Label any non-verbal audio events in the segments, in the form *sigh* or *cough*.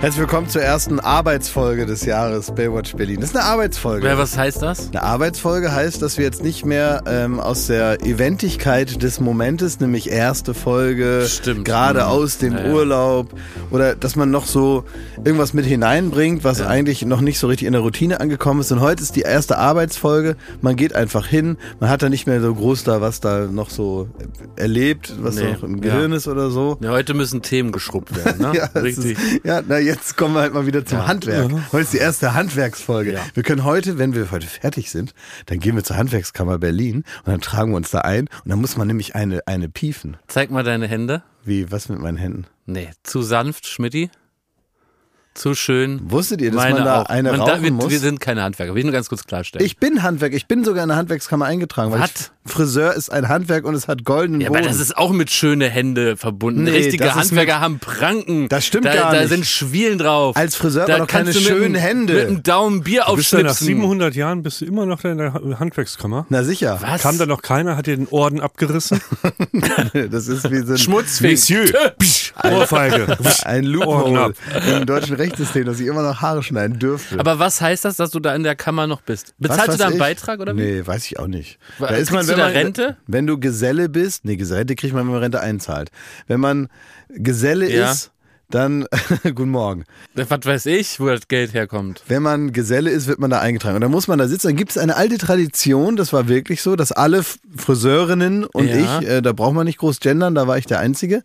Herzlich willkommen zur ersten Arbeitsfolge des Jahres Baywatch Berlin. Das ist eine Arbeitsfolge. Ja, was heißt das? Eine Arbeitsfolge heißt, dass wir jetzt nicht mehr ähm, aus der Eventigkeit des Momentes, nämlich erste Folge, Stimmt. Mhm. gerade aus dem Ja, ja. Urlaub oder dass man noch so irgendwas mit hineinbringt, was eigentlich noch nicht so richtig in der Routine angekommen ist. Und heute ist die erste Arbeitsfolge. Man geht einfach hin, man hat da nicht mehr so groß da, was da noch so erlebt, was Nee, noch im Gehirn ja. ist oder so. Ja, heute müssen Themen geschrubbt werden, *laughs* ne? *laughs* Ja, es Richtig. Ist, ja, na jetzt kommen wir halt mal wieder zum Ja. ne? Handwerk. Heute ist die erste Handwerksfolge. Ja. Wir können heute, wenn wir heute fertig sind, dann gehen wir zur Handwerkskammer Berlin und dann tragen wir uns da ein und dann muss man nämlich eine, eine piefen. Zeig mal deine Hände. Wie, was mit meinen Händen? Nee, zu sanft, Schmidti. Zu schön. Wusstet ihr, dass Meine man da auch. eine Man rauchen darf- wir, muss? Wir sind keine Handwerker, will ich nur ganz kurz klarstellen. ich bin Handwerk, ich bin sogar in der Handwerkskammer eingetragen. Weil ich, Was? Friseur ist ein Handwerk und es hat goldenen ja, aber Boden. das ist auch mit schöne Hände verbunden. Nee, das Richtige ist Handwerker haben Pranken. Das stimmt da, gar Da nicht. sind Schwielen drauf. Als Friseur hat da man doch keine kannst du schönen mit, einem- Hände. Mit einem Daumen Bier Bist du aufschnipsen. nach 700 Jahren bist du immer noch in der Ha- äh, Handwerkskammer? na sicher. Was? Kam da noch keiner, hat dir den *laughs* Orden abgerissen? *laughs* Das ist wie so ein Schmutzfink. Monsieur. Tö. Ohrfeige. *laughs* Ein Ohren Oh, Loophole ab. im deutschen Rechtssystem, dass ich immer noch Haare schneiden dürfte. Aber was heißt das, dass du da in der Kammer noch bist? Was Bezahlst weiß du da einen ich? Beitrag oder wie? Nee, weiß ich auch nicht. Wa- kriegst du da Rente? Wenn du Geselle bist, nee, Rente kriegt man, wenn man Rente einzahlt. Wenn man Geselle Ja. ist, dann, *laughs* guten Morgen. Was weiß ich, wo das Geld herkommt. Wenn man Geselle ist, wird man da eingetragen. Und dann muss man da sitzen. Dann gibt es eine alte Tradition, das war wirklich so, dass alle F- Friseurinnen und Ja. ich, äh, da braucht man nicht groß gendern, da war ich der Einzige.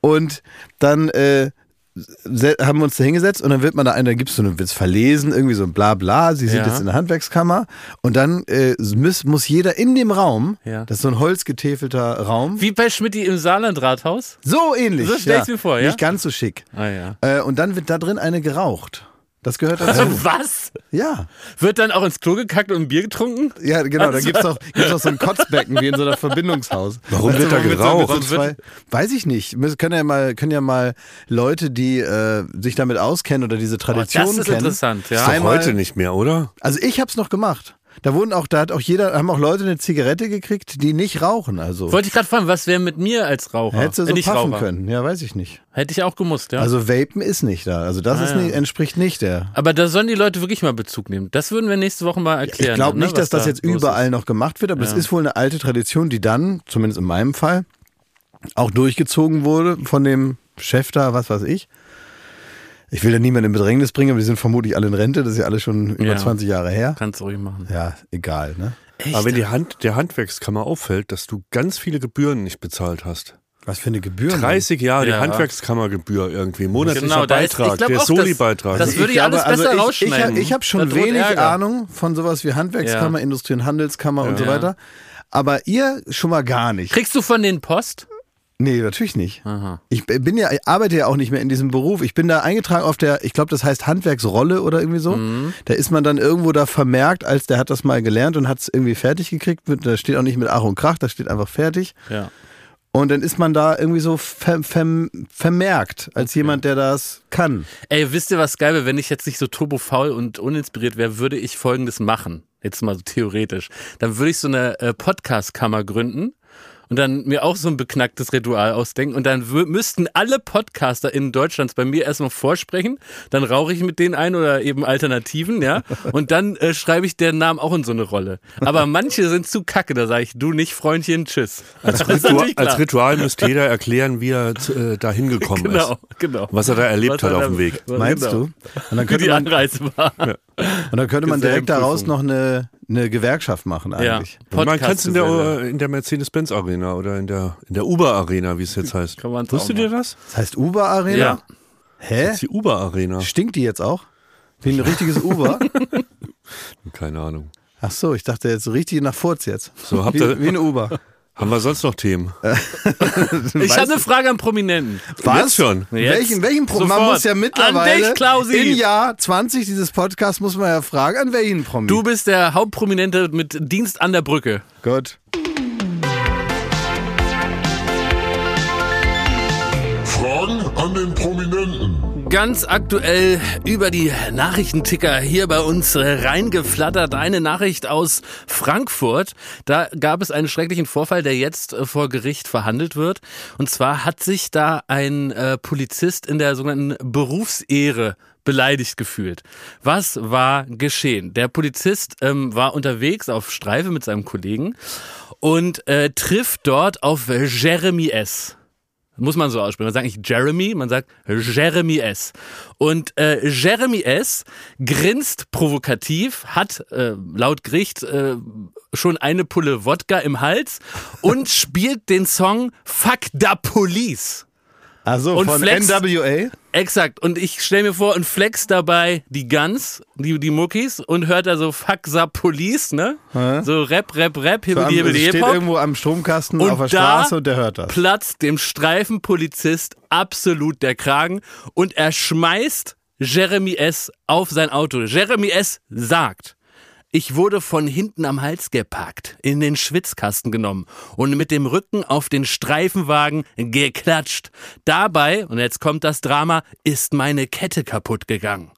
Und dann äh, se- haben wir uns da hingesetzt und dann wird man da ein, dann gibt's so eine wird's verlesen, irgendwie so ein Blabla, sie sind Ja. jetzt in der Handwerkskammer. Und dann äh, muss, muss jeder in dem Raum, Ja. das ist so ein holzgetäfelter Raum, Wie bei Schmidti im Saarland-Rathaus? so ähnlich. So stell's mir vor, ja? Nicht ganz so schick. Ah ja. Äh, und dann wird da drin eine geraucht. Das gehört dazu. Also was? ja. Wird dann auch ins Klo gekackt und ein Bier getrunken? Ja, genau, Also- da gibt's auch, gibt's auch so ein Kotzbecken wie in so einer Verbindungshaus. Warum wird da wo mit so- geraucht? mit So zwei, weiß ich nicht. Müssen- Können ja mal, können ja mal Leute, die äh, sich damit auskennen oder diese Tradition das ist kennen. interessant, ja. Ist doch einmal- Heute nicht mehr, oder? Also ich hab's noch gemacht. Da wurden auch, da hat auch jeder, haben auch Leute eine Zigarette gekriegt, die nicht rauchen. Also Wollte ich gerade fragen, was wäre mit mir als Raucher? hättest du Äh, so nicht puffen Raucher. können. Ja, weiß ich nicht. Hätte ich auch gemusst, ja. Also Vapen ist nicht da. Also das Ah, ist ja. nicht, entspricht nicht der. Aber da sollen die Leute wirklich mal Bezug nehmen. Das würden wir nächste Woche mal erklären. Ich glaube ne, nicht, dass was das da jetzt los überall Ist. noch gemacht wird, aber es Ja. ist wohl eine alte Tradition, die dann, zumindest in meinem Fall, auch durchgezogen wurde von dem Chef da, was weiß ich. Ich will da niemanden in Bedrängnis bringen, aber die sind vermutlich alle in Rente, das ist ja alles schon über Ja. 20 Jahre her. Kannst du ruhig machen. Ja, egal, ne? Aber wenn die Hand der Handwerkskammer auffällt, dass du ganz viele Gebühren nicht bezahlt hast. Was für eine Gebühr. denn? 30 Jahre Hm. Ja. die Handwerkskammergebühr irgendwie, monatlicher Genau, da ist- ich Beitrag, glaub der auch, dass- Soli-Beitrag. das würde ich alles besser Also ich, ich, hab- rausschneiden. ich habe Da schon droht wenig Ärger. Ahnung von sowas wie Handwerkskammer, Ja. Industrie- und Handelskammer und so Ja. weiter. Aber ihr schon mal gar nicht. Kriegst du von den Post? Nee, natürlich nicht. Ich bin ja, ich arbeite ja auch nicht mehr in diesem Beruf. Ich bin da eingetragen auf der, ich glaube, das heißt Handwerksrolle oder irgendwie so. Mhm. Da ist man dann irgendwo da vermerkt, als der hat das mal gelernt und hat es irgendwie fertig gekriegt. Mit- Da steht auch nicht mit Ach und Krach, da steht einfach fertig. Ja. Und dann ist man da irgendwie so ver, ver, vermerkt, als jemand, der das kann. Ey, wisst ihr, was geil wäre? Wenn ich jetzt nicht so turbofaul und uninspiriert wäre, würde ich Folgendes machen. Jetzt mal so theoretisch. Dann würde ich so eine äh, Podcast-Kammer gründen und dann mir auch so ein beknacktes Ritual ausdenken. Und dann wü- müssten alle Podcaster in Deutschlands bei mir erstmal vorsprechen. Dann rauche ich mit denen ein oder eben Alternativen, ja. Und dann äh, schreibe ich deren Namen auch in so eine Rolle. Aber manche sind zu kacke. Da sage ich, du nicht, Freundchen, tschüss. *laughs* als, Das *laughs* ist Ritual, natürlich als klar. Ritual müsste jeder erklären, wie er zu- äh, da hingekommen Genau, ist. genau. Was er da erlebt Was hat er auf da- dem Weg. Meinst genau. du? Und *laughs* dann Wie könnte die man, Anreise war. und dann könnte man direkt daraus Gesellenprüfung. noch eine, eine Gewerkschaft machen Ja. eigentlich. Man kann es in der, äh, Podcast-Geselle. in der Mercedes-Benz-Arena oder in der, in der Uber-Arena, wie es jetzt heißt. Kann man's Wusstet auch ihr das? Das heißt Uber Arena? Ja. Hä? Das ist die Uber-Arena. Stinkt die jetzt auch? Wie ein richtiges *laughs* Uber? Keine Ahnung. Ach so, ich dachte jetzt so richtig nach Furz jetzt. So, habt wie, ihr- wie ein Uber. Haben wir sonst noch Themen? Ich habe eine Frage an Prominenten. Jetzt schon. *laughs* Jetzt. Welchen, welchen Pro man Sofort. muss ja An mittlerweile dich, Klausi. im Jahr 20 dieses Podcasts muss man ja fragen, an welchen Promi? Du bist der Hauptprominente mit Dienst an der Brücke. Gott. Fragen an den Prominenten. Ganz aktuell über die Nachrichtenticker hier bei uns äh, reingeflattert. Eine Nachricht aus Frankfurt. Da gab es einen schrecklichen Vorfall, der jetzt äh, vor Gericht verhandelt wird. Und zwar hat sich da ein äh, Polizist in der sogenannten Berufsehre beleidigt gefühlt. Was war geschehen? Der Polizist ähm, war unterwegs auf Streife mit seinem Kollegen und äh, trifft dort auf Jeremy S. Muss man so aussprechen. Man sagt nicht Jeremy, man sagt Jeremy S. Und äh, Jeremy S. grinst provokativ, hat äh, laut Gericht äh, schon eine Pulle Wodka im Hals und spielt den Song Fuck da Police. Also Und von Flex. NWA. Exakt. Und ich stelle mir vor und flex dabei die Guns, die, die Muckis und hört da so Fuck the Police, ne? So Rap, Rap, Rap, Am, Hibbidi, Hibbidi, steht Hip Hop. irgendwo am Stromkasten Und auf der da- Straße und der hört das. Platzt dem Streifenpolizist absolut der Kragen und er schmeißt Jeremy S. auf sein Auto. Jeremy S. sagt, ich wurde von hinten am Hals gepackt, in den Schwitzkasten genommen und mit dem Rücken auf den Streifenwagen geklatscht. Dabei, und jetzt kommt das Drama, ist meine Kette kaputt gegangen.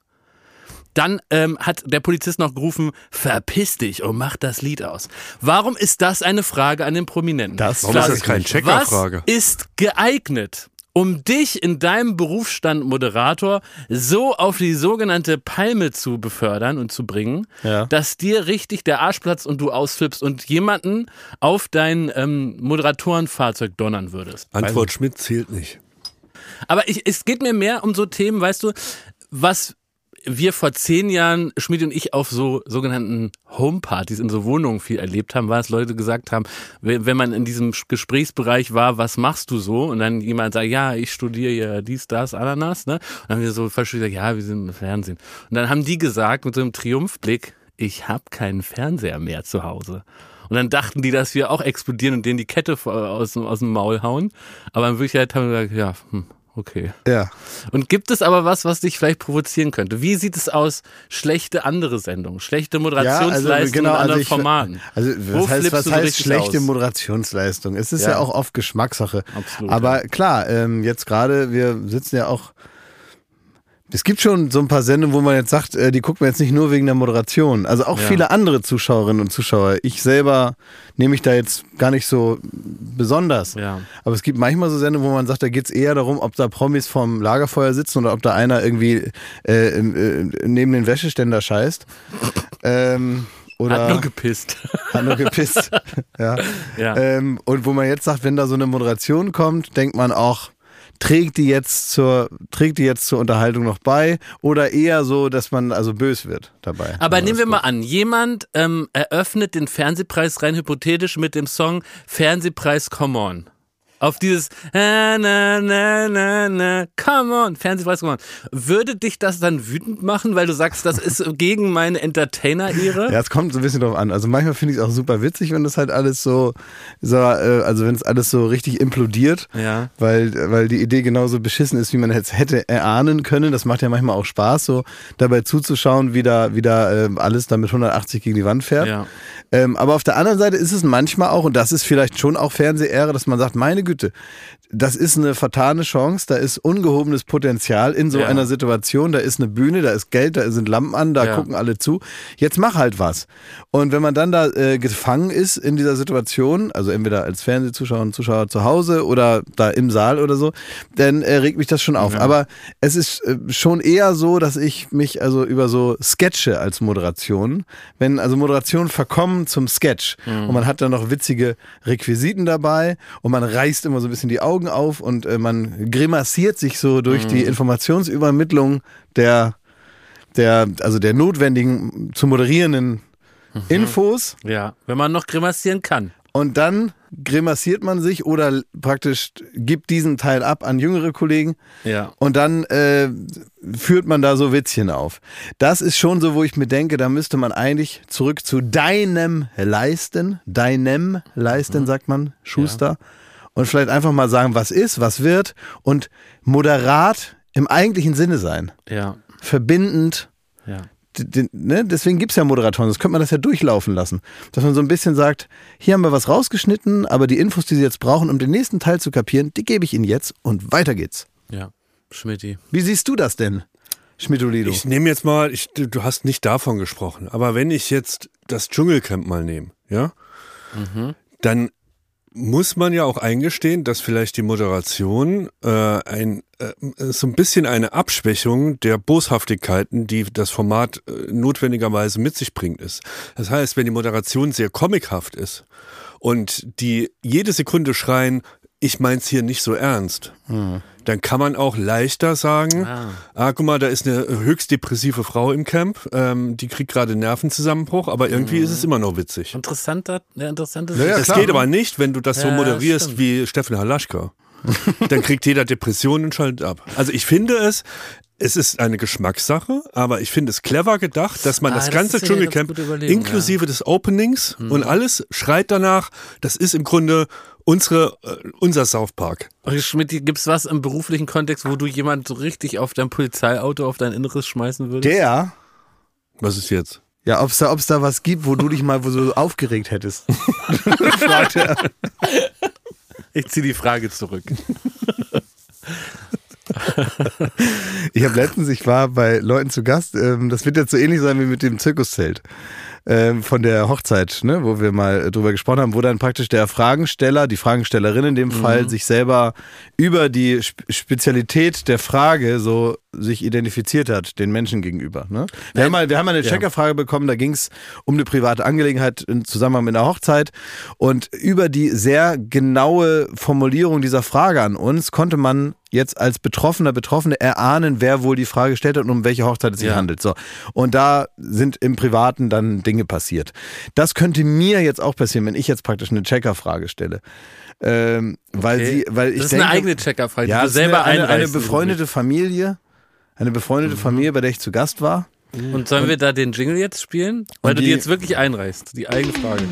Dann ähm, hat der Polizist noch gerufen, verpiss dich und mach das Lied aus. Warum ist das eine Frage an den Prominenten? Das Warum ist Klar, das ich keine nicht. Checkerfrage? Was ist geeignet, um dich in deinem Berufsstand Moderator so auf die sogenannte Palme zu befördern und zu bringen, Ja. dass dir richtig der Arsch platzt und du ausflippst und jemanden auf dein ähm, Moderatorenfahrzeug donnern würdest? Antwort Schmidt zählt nicht. Aber ich, es geht mir mehr um so Themen, weißt du, was wir vor zehn Jahren, Schmied und ich, auf so sogenannten Homepartys in so Wohnungen viel erlebt haben, war es Leute gesagt haben, we- wenn man in diesem Sch- Gesprächsbereich war, was machst du so? Und dann jemand sagt, ja, ich studiere ja dies, das, Ananas, ne? Und dann haben wir so falsch gesagt, ja, wir sind im Fernsehen. Und dann haben die gesagt, mit so einem Triumphblick, ich habe keinen Fernseher mehr zu Hause. Und dann dachten die, dass wir auch explodieren und denen die Kette vor- aus, dem- aus dem Maul hauen. Aber in Wirklichkeit haben wir gesagt, ja, hm, okay. Ja. Und gibt es aber was, was dich vielleicht provozieren könnte? Wie sieht es aus? Schlechte andere Sendungen, schlechte Moderationsleistungen in anderen ich- Formaten. genau, Also was heißt, flippst was du so heißt richtig schlechte aus? Moderationsleistung? Es ist ja. Ja. auch oft Geschmackssache. Absolut, Aber klar, ähm, jetzt gerade, wir sitzen ja auch. Es gibt schon so ein paar Sendungen, wo man jetzt sagt, äh, die gucken wir jetzt nicht nur wegen der Moderation. Also auch viele andere Zuschauerinnen und Zuschauer. Ich selber nehme ich da jetzt gar nicht so besonders. Ja. Aber es gibt manchmal so Sendungen, wo man sagt, da geht es eher darum, ob da Promis vom Lagerfeuer sitzen oder ob da einer irgendwie äh, im- äh, neben den Wäscheständer scheißt. *laughs* Ähm, oder Hat *laughs* nur gepisst. hat nur gepisst. ja. Ja. Ähm, und wo man jetzt sagt, wenn da so eine Moderation kommt, denkt man auch, trägt die jetzt zur, trägt die jetzt zur Unterhaltung noch bei oder eher so, dass man also bös wird dabei. Aber Ja, nehmen wir das- mal an, jemand ähm, eröffnet den Fernsehpreis rein hypothetisch mit dem Song Fernsehpreis Come On. Auf dieses na, na, na, na, na, Come On, Fernsehpreis Come On. Würde dich das dann wütend machen, weil du sagst, *laughs* das ist gegen meine Entertainer-Ehre? Ja, es kommt so ein bisschen drauf an. Also manchmal finde ich es auch super witzig, wenn das halt alles so, so äh, also wenn es alles so richtig implodiert, Ja. weil, weil die Idee genauso beschissen ist, wie man jetzt hätte erahnen können. Das macht ja manchmal auch Spaß, so dabei zuzuschauen, wie da, wie da äh, alles dann mit 180 gegen die Wand fährt. Ja. Ähm, aber auf der anderen Seite ist es manchmal auch, und das ist vielleicht schon auch Fernsehehre, dass man sagt, meine Güte, das ist eine vertane Chance, da ist ungehobenes Potenzial in so Ja. einer Situation, da ist eine Bühne, da ist Geld, da sind Lampen an, da Ja. gucken alle zu. Jetzt mach halt was. Und wenn man dann da äh, gefangen ist in dieser Situation, also entweder als Fernsehzuschauer und Zuschauer zu Hause oder da im Saal oder so, dann äh, regt mich das schon auf. Aber es ist äh, schon eher so, dass ich mich also über so Sketche als Moderation, wenn also Moderationen verkommen zum Sketch und man hat dann noch witzige Requisiten dabei und man reißt immer so ein bisschen die Augen auf und äh, man grimassiert sich so durch die Informationsübermittlung der der, also der notwendigen zu moderierenden Infos ja. Wenn man noch grimassieren kann. und dann grimassiert man sich oder l- praktisch gibt diesen Teil ab an jüngere Kollegen Ja. und dann äh, führt man da so Witzchen auf. Das ist schon so, wo ich mir denke, da müsste man eigentlich zurück zu deinem Leisten, deinem Leisten, sagt man, Schuster, und vielleicht einfach mal sagen, was ist, was wird und moderat im eigentlichen Sinne sein, Ja. verbindend Ja. d- d- ne, deswegen gibt's ja Moderatoren, sonst könnte man das ja durchlaufen lassen. Dass man so ein bisschen sagt, hier haben wir was rausgeschnitten, aber die Infos, die Sie jetzt brauchen, um den nächsten Teil zu kapieren, die gebe ich Ihnen jetzt und weiter geht's. Ja. Schmidti. Wie siehst du das denn, Schmidtolido? Ich nehme jetzt mal, ich, du hast nicht davon gesprochen, aber wenn ich jetzt das Dschungelcamp mal nehme, ja, dann muss man ja auch eingestehen, dass vielleicht die Moderation äh, ein, äh, so ein bisschen eine Abschwächung der Boshaftigkeiten, die das Format äh, notwendigerweise mit sich bringt, ist. Das heißt, wenn die Moderation sehr comichaft ist und die jede Sekunde schreien, ich mein's hier nicht so ernst, dann kann man auch leichter sagen, ah. guck mal, da ist eine höchst depressive Frau im Camp, ähm, die kriegt gerade einen Nervenzusammenbruch, aber irgendwie ist es immer noch witzig. Interessanter, ja, interessantes. Ja, ja, Es klar. geht aber nicht, wenn du das so Ja, moderierst stimmt. wie Steffen Halaschka. Dann kriegt jeder Depressionen und schaltet ab. Also ich finde es, es ist eine Geschmackssache, aber ich finde es clever gedacht, dass man Ah, das das ganze ist eine ganz Dschungelcamp gute Überlegung, Hm. inklusive des Openings und alles schreit danach, das ist im Grunde unsere, äh, unser South Park. Okay, Schmidt, gibt's was im beruflichen Kontext, wo du jemand so richtig auf dein Polizeiauto, auf dein Inneres schmeißen würdest? Der? Was ist jetzt? Ja, ob's da, ob's da was gibt, wo du dich mal wo so aufgeregt hättest. Fragt er. Ich ziehe die Frage zurück. Ich habe letztens, ich war bei Leuten zu Gast, ähm, das wird jetzt so ähnlich sein wie mit dem Zirkuszelt ähm, von der Hochzeit, ne, wo wir mal äh, drüber gesprochen haben, wo dann praktisch der Fragensteller, die Fragestellerin in dem Fall, sich selber über die Sp Spezialität der Frage so sich identifiziert hat, den Menschen gegenüber. Ne? Wir, haben mal, wir haben mal eine Checkerfrage bekommen, da ging es um eine private Angelegenheit im Zusammenhang mit einer Hochzeit und über die sehr genaue Formulierung dieser Frage an uns konnte man jetzt als Betroffener, Betroffene erahnen, wer wohl die Frage gestellt hat und um welche Hochzeit es sich Ja. handelt. So. Und da sind im Privaten dann Dinge passiert. Das könnte mir jetzt auch passieren, wenn ich jetzt praktisch eine Checkerfrage stelle. Ähm, weil Okay. sie, weil ich das ist denke, eine eigene Checkerfrage, ja, die du es ist selber Mhm. eine, eine, eine einreichst. befreundete Familie, eine befreundete Familie, bei der ich zu Gast war. Mhm. Und sollen wir da den Jingle jetzt spielen? Weil Und du die die- jetzt wirklich einreichst, die eigene Frage.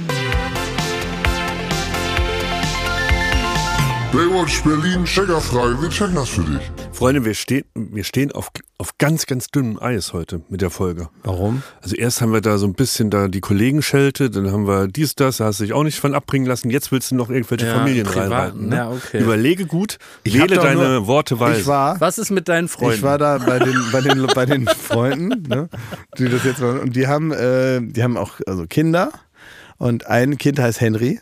Baywatch Berlin, Checkerfrage, wir checken das für dich. Freunde, wir stehen, wir stehen auf, auf ganz, ganz dünnem Eis heute mit der Folge. Warum? Also erst haben wir da so ein bisschen da die Kollegen schelte, dann haben wir dies, das, da hast du dich auch nicht von abbringen lassen. Jetzt willst du noch irgendwelche Ja, Familien privaten, reinreiten. Ne? ja, okay. Überlege gut, Ich hab wähle doch deine nur- Worte weise. Ich war, Was ist mit deinen Freunden? Ich war da bei den, bei den, bei *laughs* den Freunden, ne, die das jetzt machen. Und die haben, äh, die haben auch also Kinder. Und ein Kind heißt Henry.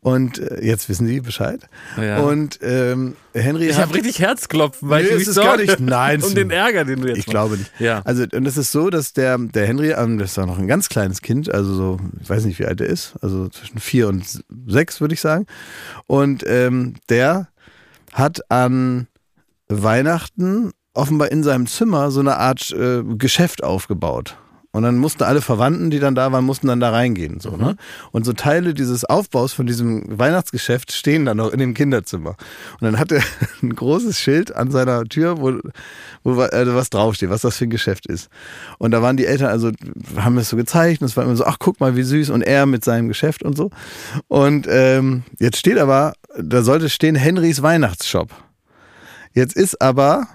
Und äh, jetzt wissen die Bescheid. Ja. Und ähm, Henry ich hat. habe richtig Herzklopfen, weil Nee, ich es mich ist sorge gar nicht- Nein, um es- den Ärger, den du jetzt ich glaube nicht. Ja. Also, und es ist so, dass der, der Henry, ähm, das war noch ein ganz kleines Kind, also so, ich weiß nicht, wie alt er ist, also zwischen vier und s- sechs, würde ich sagen. Und ähm, der hat an Weihnachten offenbar in seinem Zimmer so eine Art äh, Geschäft aufgebaut. Und dann mussten alle Verwandten, die dann da waren, mussten dann da reingehen. So, Mhm. ne? Und so Teile dieses Aufbaus von diesem Weihnachtsgeschäft stehen dann noch in dem Kinderzimmer. Und dann hat er *laughs* ein großes Schild an seiner Tür, wo, wo wa- äh, was draufsteht, was das für ein Geschäft ist. Und da waren die Eltern, also haben es so gezeigt und es war immer so, ach guck mal, wie süß und er mit seinem Geschäft und so. Und ähm, jetzt steht aber, da sollte stehen Henrys Weihnachtsshop. Jetzt ist aber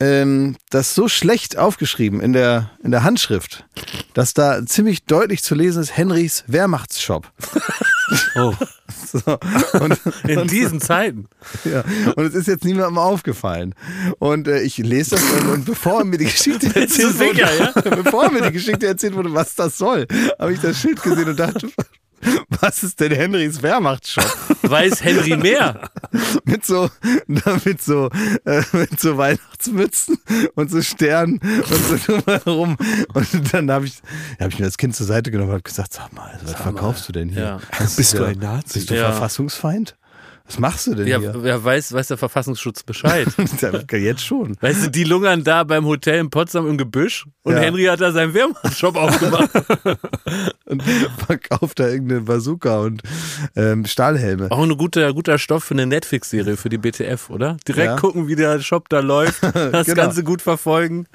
ähm, das so schlecht aufgeschrieben in der, in der Handschrift, dass da ziemlich deutlich zu lesen ist Henrys Wehrmachtsshop. Oh. *laughs* So. Und, In diesen Zeiten. ja. und es ist jetzt niemandem aufgefallen. Und äh, ich lese das und, und bevor mir die Geschichte Bist du erzählt wurde, sicher, ja? *laughs* bevor mir die Geschichte erzählt wurde, was das soll, habe ich das Schild gesehen und dachte, *laughs* was ist denn Henrys Wehrmachtsshop? Weiß Henry mehr. mit so, mit so, äh, mit so Weihnachtsmützen und so Sternen und so *laughs* drumherum. Und dann habe ich, hab ich mir das Kind zur Seite genommen und habe gesagt, sag mal, was verkaufst du denn hier? Ja. Das Bist ist du ein Nazi? Bist du Ja. Verfassungsfeind? Was machst du denn Ja, hier? wer weiß, weiß der Verfassungsschutz Bescheid. *laughs* Jetzt schon. Weißt du, die lungern da beim Hotel in Potsdam im Gebüsch und Ja. Henry hat da *laughs* seinen Wehrmachtsshop aufgemacht. Und *laughs* verkauft da irgendeine Bazooka und ähm, Stahlhelme. Auch ein guter, guter Stoff für eine Netflix-Serie für die BTF, oder? Direkt Ja. gucken, wie der Shop *laughs* da läuft, das Genau. Ganze gut verfolgen,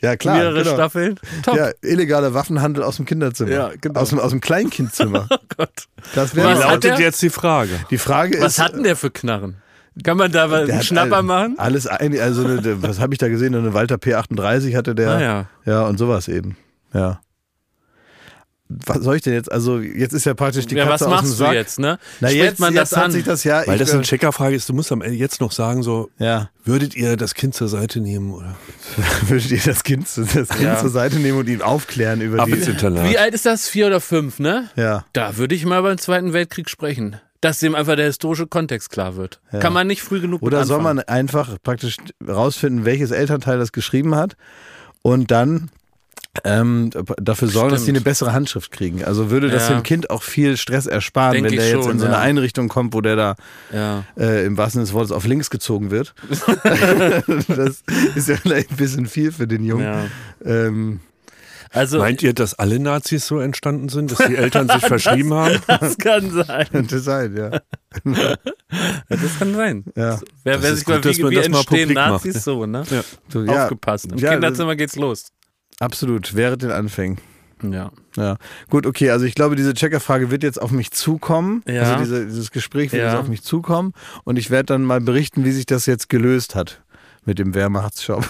Ja, klar. mehrere genau. Staffeln. Top. Ja, illegaler Waffenhandel aus dem Kinderzimmer. Ja, genau. aus, dem, aus dem *laughs* Kleinkindzimmer. Gott. Das Wie Was wäre hat der? lautet jetzt die Frage? Die Frage Was ist. hat denn der für Knarren? Kann man da was Der einen hat Schnapper all- machen? Alles, ein- also eine, was habe ich da gesehen? Eine Walter P38 hatte der. Ah ja. ja, und sowas eben. Ja. was soll ich denn jetzt? Also jetzt ist ja praktisch die Ja, was Katze aus dem machst du Sack. jetzt, ne? Na Spricht jetzt, man jetzt das hat an? sich das ja. Weil ich, das äh, eine Checkerfrage ist, du musst am Ende jetzt noch sagen, so, *laughs* ja, *laughs* würdet ihr das Kind zur Seite nehmen? Oder? würdet ihr das Kind, zu- das kind zur Seite nehmen und ihn aufklären über Ab die. ins Internat. Wie alt ist das? Vier oder fünf, ne? Ja. Da würde ich mal beim Zweiten Weltkrieg sprechen. Dass dem einfach der historische Kontext klar wird. Kann man nicht früh genug mit Oder soll anfangen. man einfach praktisch rausfinden, welches Elternteil das geschrieben hat und dann ähm, dafür sorgen, dass Stimmt. die eine bessere Handschrift kriegen. Also würde das Ja. dem Kind auch viel Stress ersparen, Denk wenn ich der jetzt schon, in so eine ja. Einrichtung kommt, wo der da Ja. äh, im wahrsten Sinne des Wortes auf links gezogen *laughs* wird. das ist ja vielleicht ein bisschen viel für den Jungen. Ja. Ähm, Also, Meint ihr, dass alle Nazis so entstanden sind, dass die *laughs* Eltern sich verschrieben haben? das kann sein. könnte sein, ja. Das kann sein. Ja. Wer, wer ist sich gut, mal dass wie, man wie das mal entstehen publik macht, Nazis ne? so, ne? So, ja. Aufgepasst. Im Ja, Kinderzimmer geht's los. Absolut, während den Anfängen. Ja. Ja, gut, okay. Also ich glaube, diese Checkerfrage wird jetzt auf mich zukommen. Ja. Also diese, dieses Gespräch wird Ja. jetzt auf mich zukommen. Und ich werde dann mal berichten, wie sich das jetzt gelöst hat mit dem Wehrmachtsshop.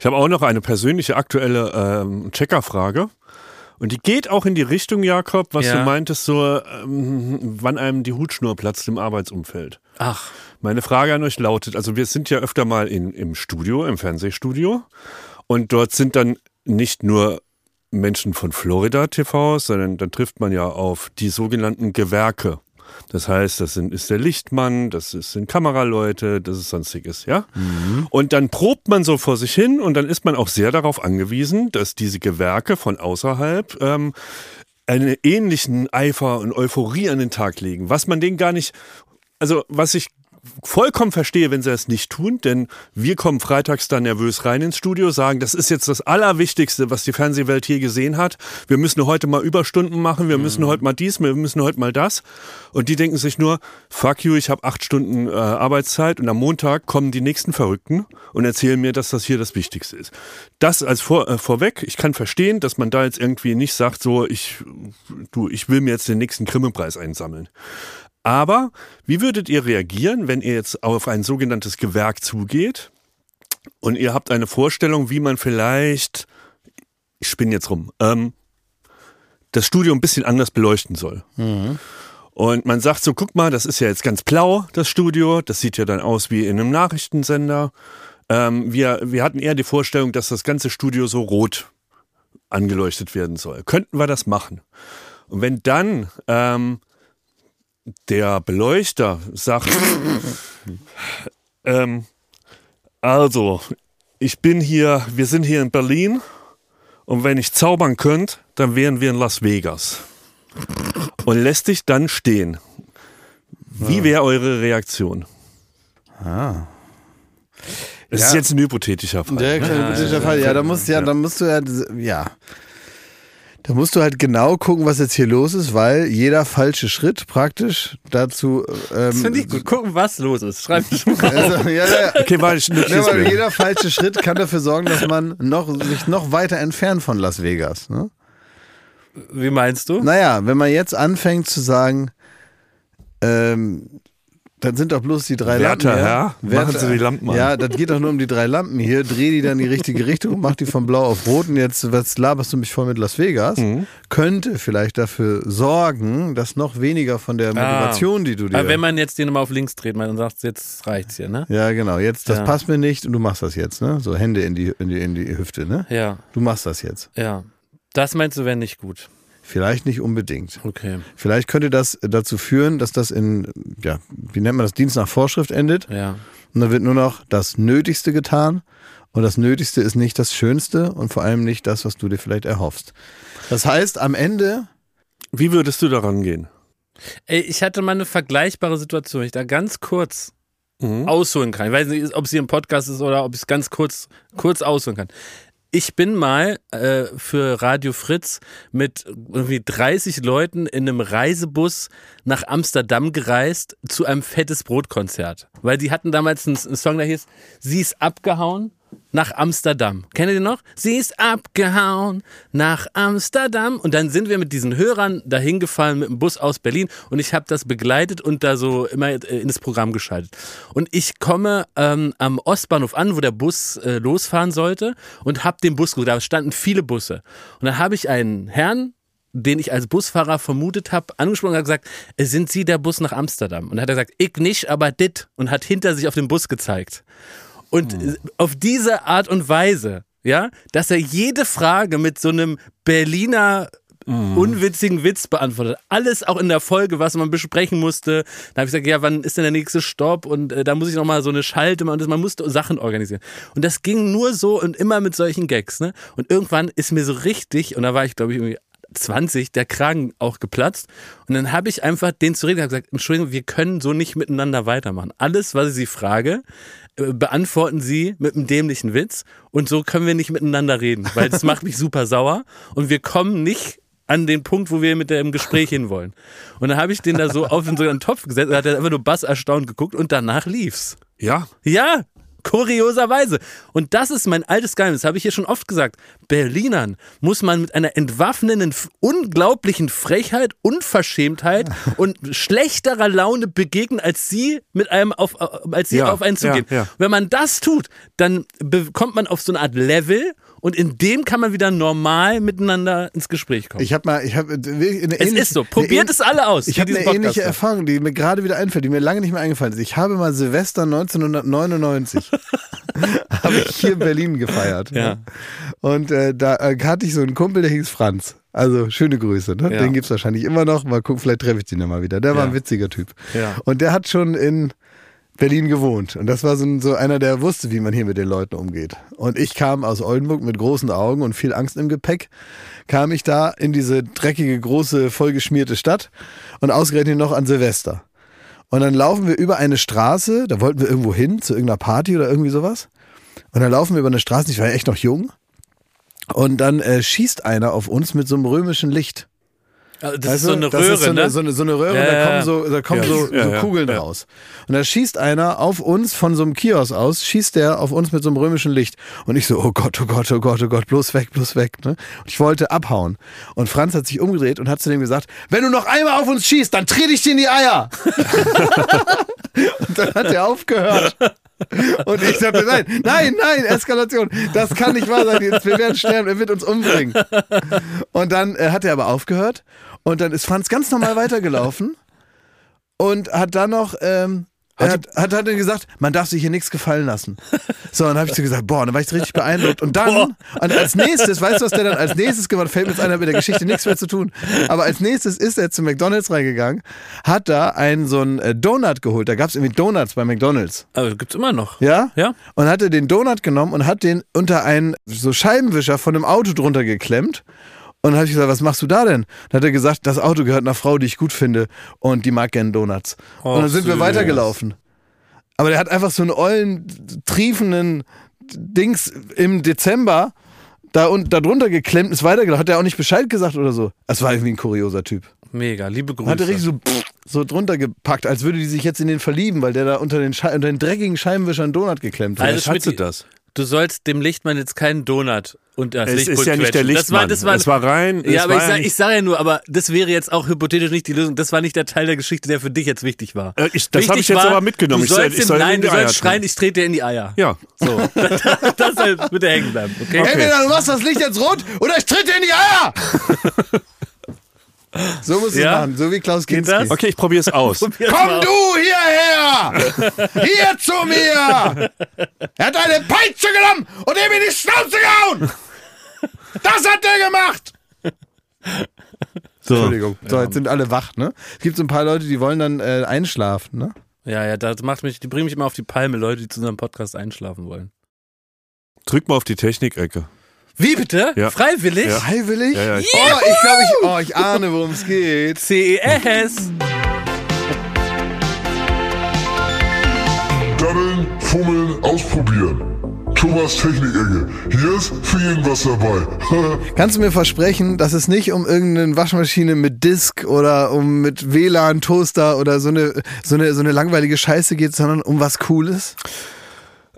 Ich habe auch noch eine persönliche aktuelle ähm, Checkerfrage. Und die geht auch in die Richtung, Jakob, was Ja. du meintest, so, ähm, wann einem die Hutschnur platzt im Arbeitsumfeld. Ach, Meine Frage an euch lautet, also wir sind ja öfter mal in, im Studio, im Fernsehstudio. Und dort sind dann nicht nur Menschen von Florida TVs, sondern dann trifft man ja auf die sogenannten Gewerke. Das heißt, das sind, ist der Lichtmann, das ist, sind Kameraleute, das ist sonstiges, ja? Und dann probt man so vor sich hin und dann ist man auch sehr darauf angewiesen, dass diese Gewerke von außerhalb ähm, einen ähnlichen Eifer und Euphorie an den Tag legen, was man denen gar nicht, also was ich vollkommen verstehe, wenn sie das nicht tun, denn wir kommen freitags da nervös rein ins Studio, sagen, das ist jetzt das Allerwichtigste, was die Fernsehwelt hier gesehen hat. Wir müssen heute mal Überstunden machen, wir müssen heute mal dies, wir müssen heute mal das. Und die denken sich nur, fuck you, ich habe acht Stunden äh, Arbeitszeit und am Montag kommen die nächsten Verrückten und erzählen mir, dass das hier das Wichtigste ist. Das als vor, äh, vorweg, ich kann verstehen, dass man da jetzt irgendwie nicht sagt, so, ich, du, ich will mir jetzt den nächsten Krimmelpreis einsammeln. Aber wie würdet ihr reagieren, wenn ihr jetzt auf ein sogenanntes Gewerk zugeht und ihr habt eine Vorstellung, wie man vielleicht, ich spinne jetzt rum, ähm, das Studio ein bisschen anders beleuchten soll? Und man sagt so, guck mal, das ist ja jetzt ganz blau, das Studio, das sieht ja dann aus wie in einem Nachrichtensender. Ähm, wir, wir hatten eher die Vorstellung, dass das ganze Studio so rot angeleuchtet werden soll. Könnten wir das machen? Und wenn dann ähm, der Beleuchter sagt, ähm, also, ich bin hier, wir sind hier in Berlin und wenn ich zaubern könnt, dann wären wir in Las Vegas. Und lässt dich dann stehen. Ah. Wie wäre eure Reaktion? Es ist Ja. jetzt ein hypothetischer Fall. Ja, klar, das ist *laughs* der Fall. Ja, da musst, ja, da musst du ja, ja. Da musst du halt genau gucken, was jetzt hier los ist, weil jeder falsche Schritt praktisch dazu. Ähm, Hm. das finde ich gut. Gucken, was los ist. Schreib ich Also, ja, *laughs* ja, ja. Okay, warte, ich Ja, notiere es weil mir. jeder falsche Schritt kann dafür sorgen, dass man noch, sich noch weiter entfernt von Las Vegas. Ne? *laughs* Wie meinst du? Naja, wenn man jetzt anfängt zu sagen, ähm, dann sind doch bloß die drei Werter Lampen. Herr, Werter- machen Sie die Lampen an. Ja, das geht doch nur um die drei Lampen hier. Dreh die dann in die richtige Richtung, mach die von blau auf rot und jetzt, was laberst du mich voll mit Las Vegas? Mhm. Könnte vielleicht dafür sorgen, dass noch weniger von Ah. der Motivation, die du dir. Aber wenn man jetzt den nochmal auf links dreht, man sagt, jetzt reicht's hier, ne? ja, genau. Jetzt, das Ja. passt mir nicht und du machst das jetzt, ne? So Hände in die, in die, in die Hüfte, ne? Ja, Du machst das jetzt. ja. Das meinst du, wäre nicht gut. Vielleicht nicht unbedingt. Okay. Vielleicht könnte das dazu führen, dass das in, ja, wie nennt man das, Dienst nach Vorschrift endet. Ja. Und dann wird nur noch das Nötigste getan. Und das Nötigste ist nicht das Schönste und vor allem nicht das, was du dir vielleicht erhoffst. Das heißt, am Ende, Wie würdest du daran gehen? Ey, ich hatte mal eine vergleichbare Situation, wenn ich da ganz kurz ausholen kann. Ich weiß nicht, ob sie im Podcast ist oder ob ich es ganz kurz, kurz ausholen kann. Ich bin mal äh, für Radio Fritz mit irgendwie 30 Leuten in einem Reisebus nach Amsterdam gereist zu einem fettes Brotkonzert. Weil die hatten damals einen, einen Song, der hieß Sie ist abgehauen nach Amsterdam. Kennt ihr den noch? Sie ist abgehauen nach Amsterdam. Und dann sind wir mit diesen Hörern dahin gefahren mit dem Bus aus Berlin und ich habe das begleitet und da so immer äh, in das Programm geschaltet. Und ich komme ähm, am Ostbahnhof an, wo der Bus äh, losfahren sollte und habe den Bus gesucht. Da standen viele Busse. Und dann habe ich einen Herrn den ich als Busfahrer vermutet habe, angesprochen und hat gesagt, "Äh, sind Sie der Bus nach Amsterdam? Und dann hat er gesagt, ich nicht, aber dit. Und hat hinter sich auf den Bus gezeigt. Und auf diese Art und Weise, ja, dass er jede Frage mit so einem Berliner unwitzigen Witz beantwortet. Alles auch in der Folge, was man besprechen musste. Da habe ich gesagt, ja, wann ist denn der nächste Stopp? Und äh, da muss ich nochmal so eine Schalte machen. Und das- Man musste Sachen organisieren. Und das ging nur so und immer mit solchen Gags. Ne? Und irgendwann ist mir so richtig, und da war ich, glaube ich, irgendwie 20, der Kragen auch geplatzt. Und dann habe ich einfach den zu reden und hab gesagt, Entschuldigung, wir können so nicht miteinander weitermachen. Alles, was ich Sie frage, äh, beantworten Sie mit einem dämlichen Witz. Und so können wir nicht miteinander reden, weil das macht mich super sauer. Und wir kommen nicht an den Punkt, wo wir mit dem *laughs* Gespräch hinwollen. Und dann habe ich den da so auf in so einen Topf gesetzt und hat er einfach nur bass erstaunt geguckt und danach lief's. Ja, Ja, kurioserweise. Und das ist mein altes Geheimnis, habe ich hier schon oft gesagt. Berlinern muss man mit einer entwaffnenden, f- unglaublichen Frechheit, *laughs* Unverschämtheit und schlechterer Laune begegnen, als sie mit einem auf, als sie Ja, auf einen zugehen. ja, ja. Wenn man das tut, dann be- kommt man auf so eine Art Level und in dem kann man wieder normal miteinander ins Gespräch kommen. Ich habe mal, ich habe eine es ist so. Probiert es alle aus. Ich die habe eine diesen Podcast ähnliche hören. Erfahrung, die mir gerade wieder einfällt, die mir lange nicht mehr eingefallen ist. Ich habe mal Silvester *laughs* 1999 habe ich hier in Berlin gefeiert. Ja. Und äh, da äh, hatte ich so einen Kumpel, der hieß Franz. Also schöne Grüße. Ne? Ja. Den gibt's wahrscheinlich immer noch. Mal gucken, vielleicht treffe ich den ja mal wieder. Der war Ja. ein witziger Typ. Ja. Und der hat schon in Berlin gewohnt. Und das war so, ein, so einer, der wusste, wie man hier mit den Leuten umgeht. Und ich kam aus Oldenburg mit großen Augen und viel Angst im Gepäck, kam ich da in diese dreckige, große, vollgeschmierte Stadt und ausgerechnet noch an Silvester. Und dann laufen wir über eine Straße, da wollten wir irgendwo hin, zu irgendeiner Party oder irgendwie sowas. Und dann laufen wir über eine Straße, ich war ja echt noch jung. Und dann äh, schießt einer auf uns mit so einem römischen Licht. Also Das Weißt ist so du, eine das Röhre, ist so eine, ne? so eine, so eine Röhre, Ja, und ja, da ja. kommen so, da kommen Ja. so, so Ja, ja, Kugeln ja. raus. Und da schießt einer auf uns von so einem Kiosk aus, schießt der auf uns mit so einem römischen Licht. Und ich so, oh Gott, oh Gott, oh Gott, oh Gott, bloß weg, bloß weg. Ne? Und ich wollte abhauen. Und Franz hat sich umgedreht und hat zu dem gesagt, wenn du noch einmal auf uns schießt, dann trete ich dir in die Eier. *laughs* und dann hat er aufgehört. Und ich dachte, nein, nein, nein, Eskalation. Das kann nicht wahr sein. Jetzt, wir werden sterben, er wird uns umbringen. Und dann äh, hat er aber aufgehört. Und dann ist Franz ganz normal weitergelaufen und hat dann noch. Ähm, er hat, hat, hat dann gesagt, man darf sich hier nichts gefallen lassen. So, dann habe ich so gesagt, boah, dann war ich richtig beeindruckt. Und dann, und als nächstes, weißt du, was der dann als nächstes gemacht hat? Fällt mir jetzt ein, hat mit der Geschichte nichts mehr zu tun. Aber als nächstes ist er zu McDonalds reingegangen, hat da einen so einen äh, Donut geholt. Da gab es irgendwie Donuts bei McDonalds. Aber Also, gibt's immer noch. Ja? Ja. Und hatte den Donut genommen und hat den unter einen so Scheibenwischer von einem Auto drunter geklemmt. Und dann habe ich gesagt, was machst du da denn? Dann hat er gesagt, das Auto gehört einer Frau, die ich gut finde und die mag gerne Donuts. und dann sind wir süß. weitergelaufen. Aber der hat einfach so einen ollen, triefenden Dings im Dezember da, und, da drunter geklemmt, ist weitergelaufen. Hat er auch nicht Bescheid gesagt oder so. Das war irgendwie ein kurioser Typ. Mega, liebe Grüße. Hat er richtig so, so drunter gepackt, als würde die sich jetzt in den verlieben, weil der da unter den, Schei- unter den dreckigen Scheibenwischer einen Donut geklemmt hat. Also, das hat sie Schmidt- das. Du sollst dem Lichtmann jetzt keinen Donut und das Es Lichtpult ist ja nicht der quetschen. Lichtmann. Das war, das es war, war rein. es ja, aber war ich sage nicht- ich sag ja nur, aber das wäre jetzt auch hypothetisch nicht die Lösung. Das war nicht der Teil der Geschichte, der für dich jetzt wichtig war. Äh, ich- das Wichtig hab ich jetzt war, aber mitgenommen. Du Ich soll- sollst ich ihm- soll ihm nein, die du Eier sollst schreien, treten. ich trete dir in die Eier. Ja. So, *laughs* das, das halt bitte hängen bleiben, okay? Entweder du machst das Licht jetzt rot oder ich tritt dir in die *laughs* Eier! so musst du Ja? es machen, so wie Klaus Kinski. das? Okay, ich *laughs* probiere es aus. Probier's mal Komm aus. du hierher! Hier zu mir! Er hat eine Peitsche genommen und ihm in die Schnauze gehauen! Das hat er gemacht! Entschuldigung, so, jetzt sind alle wach, ne? Es gibt so ein paar Leute, die wollen dann äh, einschlafen, ne? Ja, ja, das macht mich, die bringen mich immer auf die Palme, Leute, die zu unserem Podcast einschlafen wollen. Drück mal auf die Technikecke. Wie bitte? Ja. Freiwillig? Ja. Freiwillig? Ja, ja, ich- oh, ich glaube, ich, oh, ich ahne, worum es geht. E CES! Daddeln, fummeln, ausprobieren. Thomas Technik-Ecke. Hier ist für jeden was dabei. *laughs* Kannst du mir versprechen, dass es nicht um irgendeine Waschmaschine mit Disk oder um mit WLAN, Toaster oder so eine, so eine, so eine langweilige Scheiße geht, sondern um was Cooles?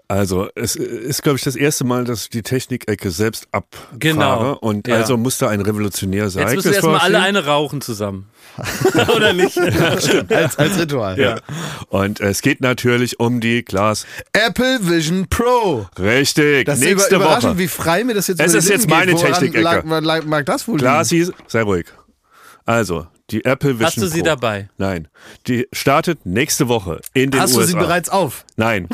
Also, es ist, glaube ich, das erste Mal, dass ich die Technikecke selbst abfahre. Genau. Und Ja. also muss da ein Revolutionär sein. Jetzt müssen wir Das war erstmal alle viel- eine rauchen zusammen. *laughs* Oder nicht? Als, als Ritual. Und es geht natürlich um die Glas. Apple Vision Pro. Richtig. Das ist Nächste über- überraschend, Woche. wie frei mir das jetzt Es über die ist Lippen jetzt meine geht. Woran Technik-Ecke. Lag, lag, mag das wohl Glasi, sei ruhig. Also, die Apple Vision Hast du sie Pro. dabei? Nein. Die startet nächste Woche in den Hast USA. du sie bereits auf? Nein.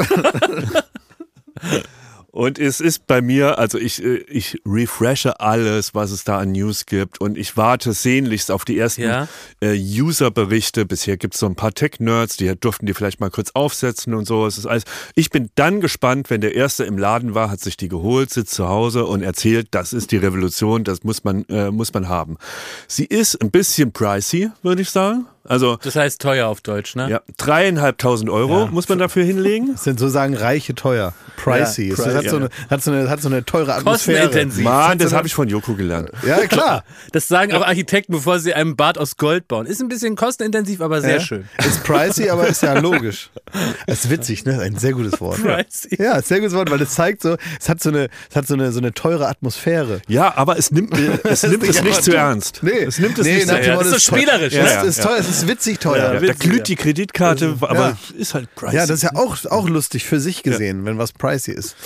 Und es ist bei mir, also ich, äh, ich refreshe alles, was es da an News gibt und ich warte sehnlichst auf die ersten Ja. äh, User-Berichte. Bisher gibt es so ein paar Tech-Nerds, die durften die vielleicht mal kurz aufsetzen und so. Es ist alles. Ich bin dann gespannt, wenn der Erste im Laden war, hat sich die geholt, sitzt zu Hause und erzählt, das ist die Revolution, das muss man, äh, muss man haben. Sie ist ein bisschen pricey, würde ich sagen. Also Das heißt teuer auf Deutsch, ne? ja, dreieinhalbtausend Euro muss man dafür hinlegen. Das sind sozusagen reiche teuer. Pricey. Ja, Es hat, so eine, hat, so eine, hat so eine teure Atmosphäre. Kostenintensiv. Mann, das habe ich von Joko gelernt. Ja, klar. Das sagen auch Architekten, bevor sie einen Bad aus Gold bauen. Ist ein bisschen kostenintensiv, aber sehr ja. schön. ne? Ist pricey, aber ist *laughs* ja logisch. Das ist witzig, ne? Ein sehr gutes Wort. Pricey. Ja, sehr gutes Wort, weil es zeigt so, es hat so eine, es hat so eine, so eine teure Atmosphäre. Ja, aber es nimmt äh, es, nimmt es nicht zu ernst. Nee, Es nimmt es nee, nicht zu nach dem ernst. Ja, Motto, das ist so teuer. spielerisch, Ja, ne? Es ist teuer, es ist witzig teuer. Ja, da glüht die Kreditkarte, aber ist halt pricey. Ja, das ist ja auch, auch lustig für sich gesehen, wenn was pricey ist.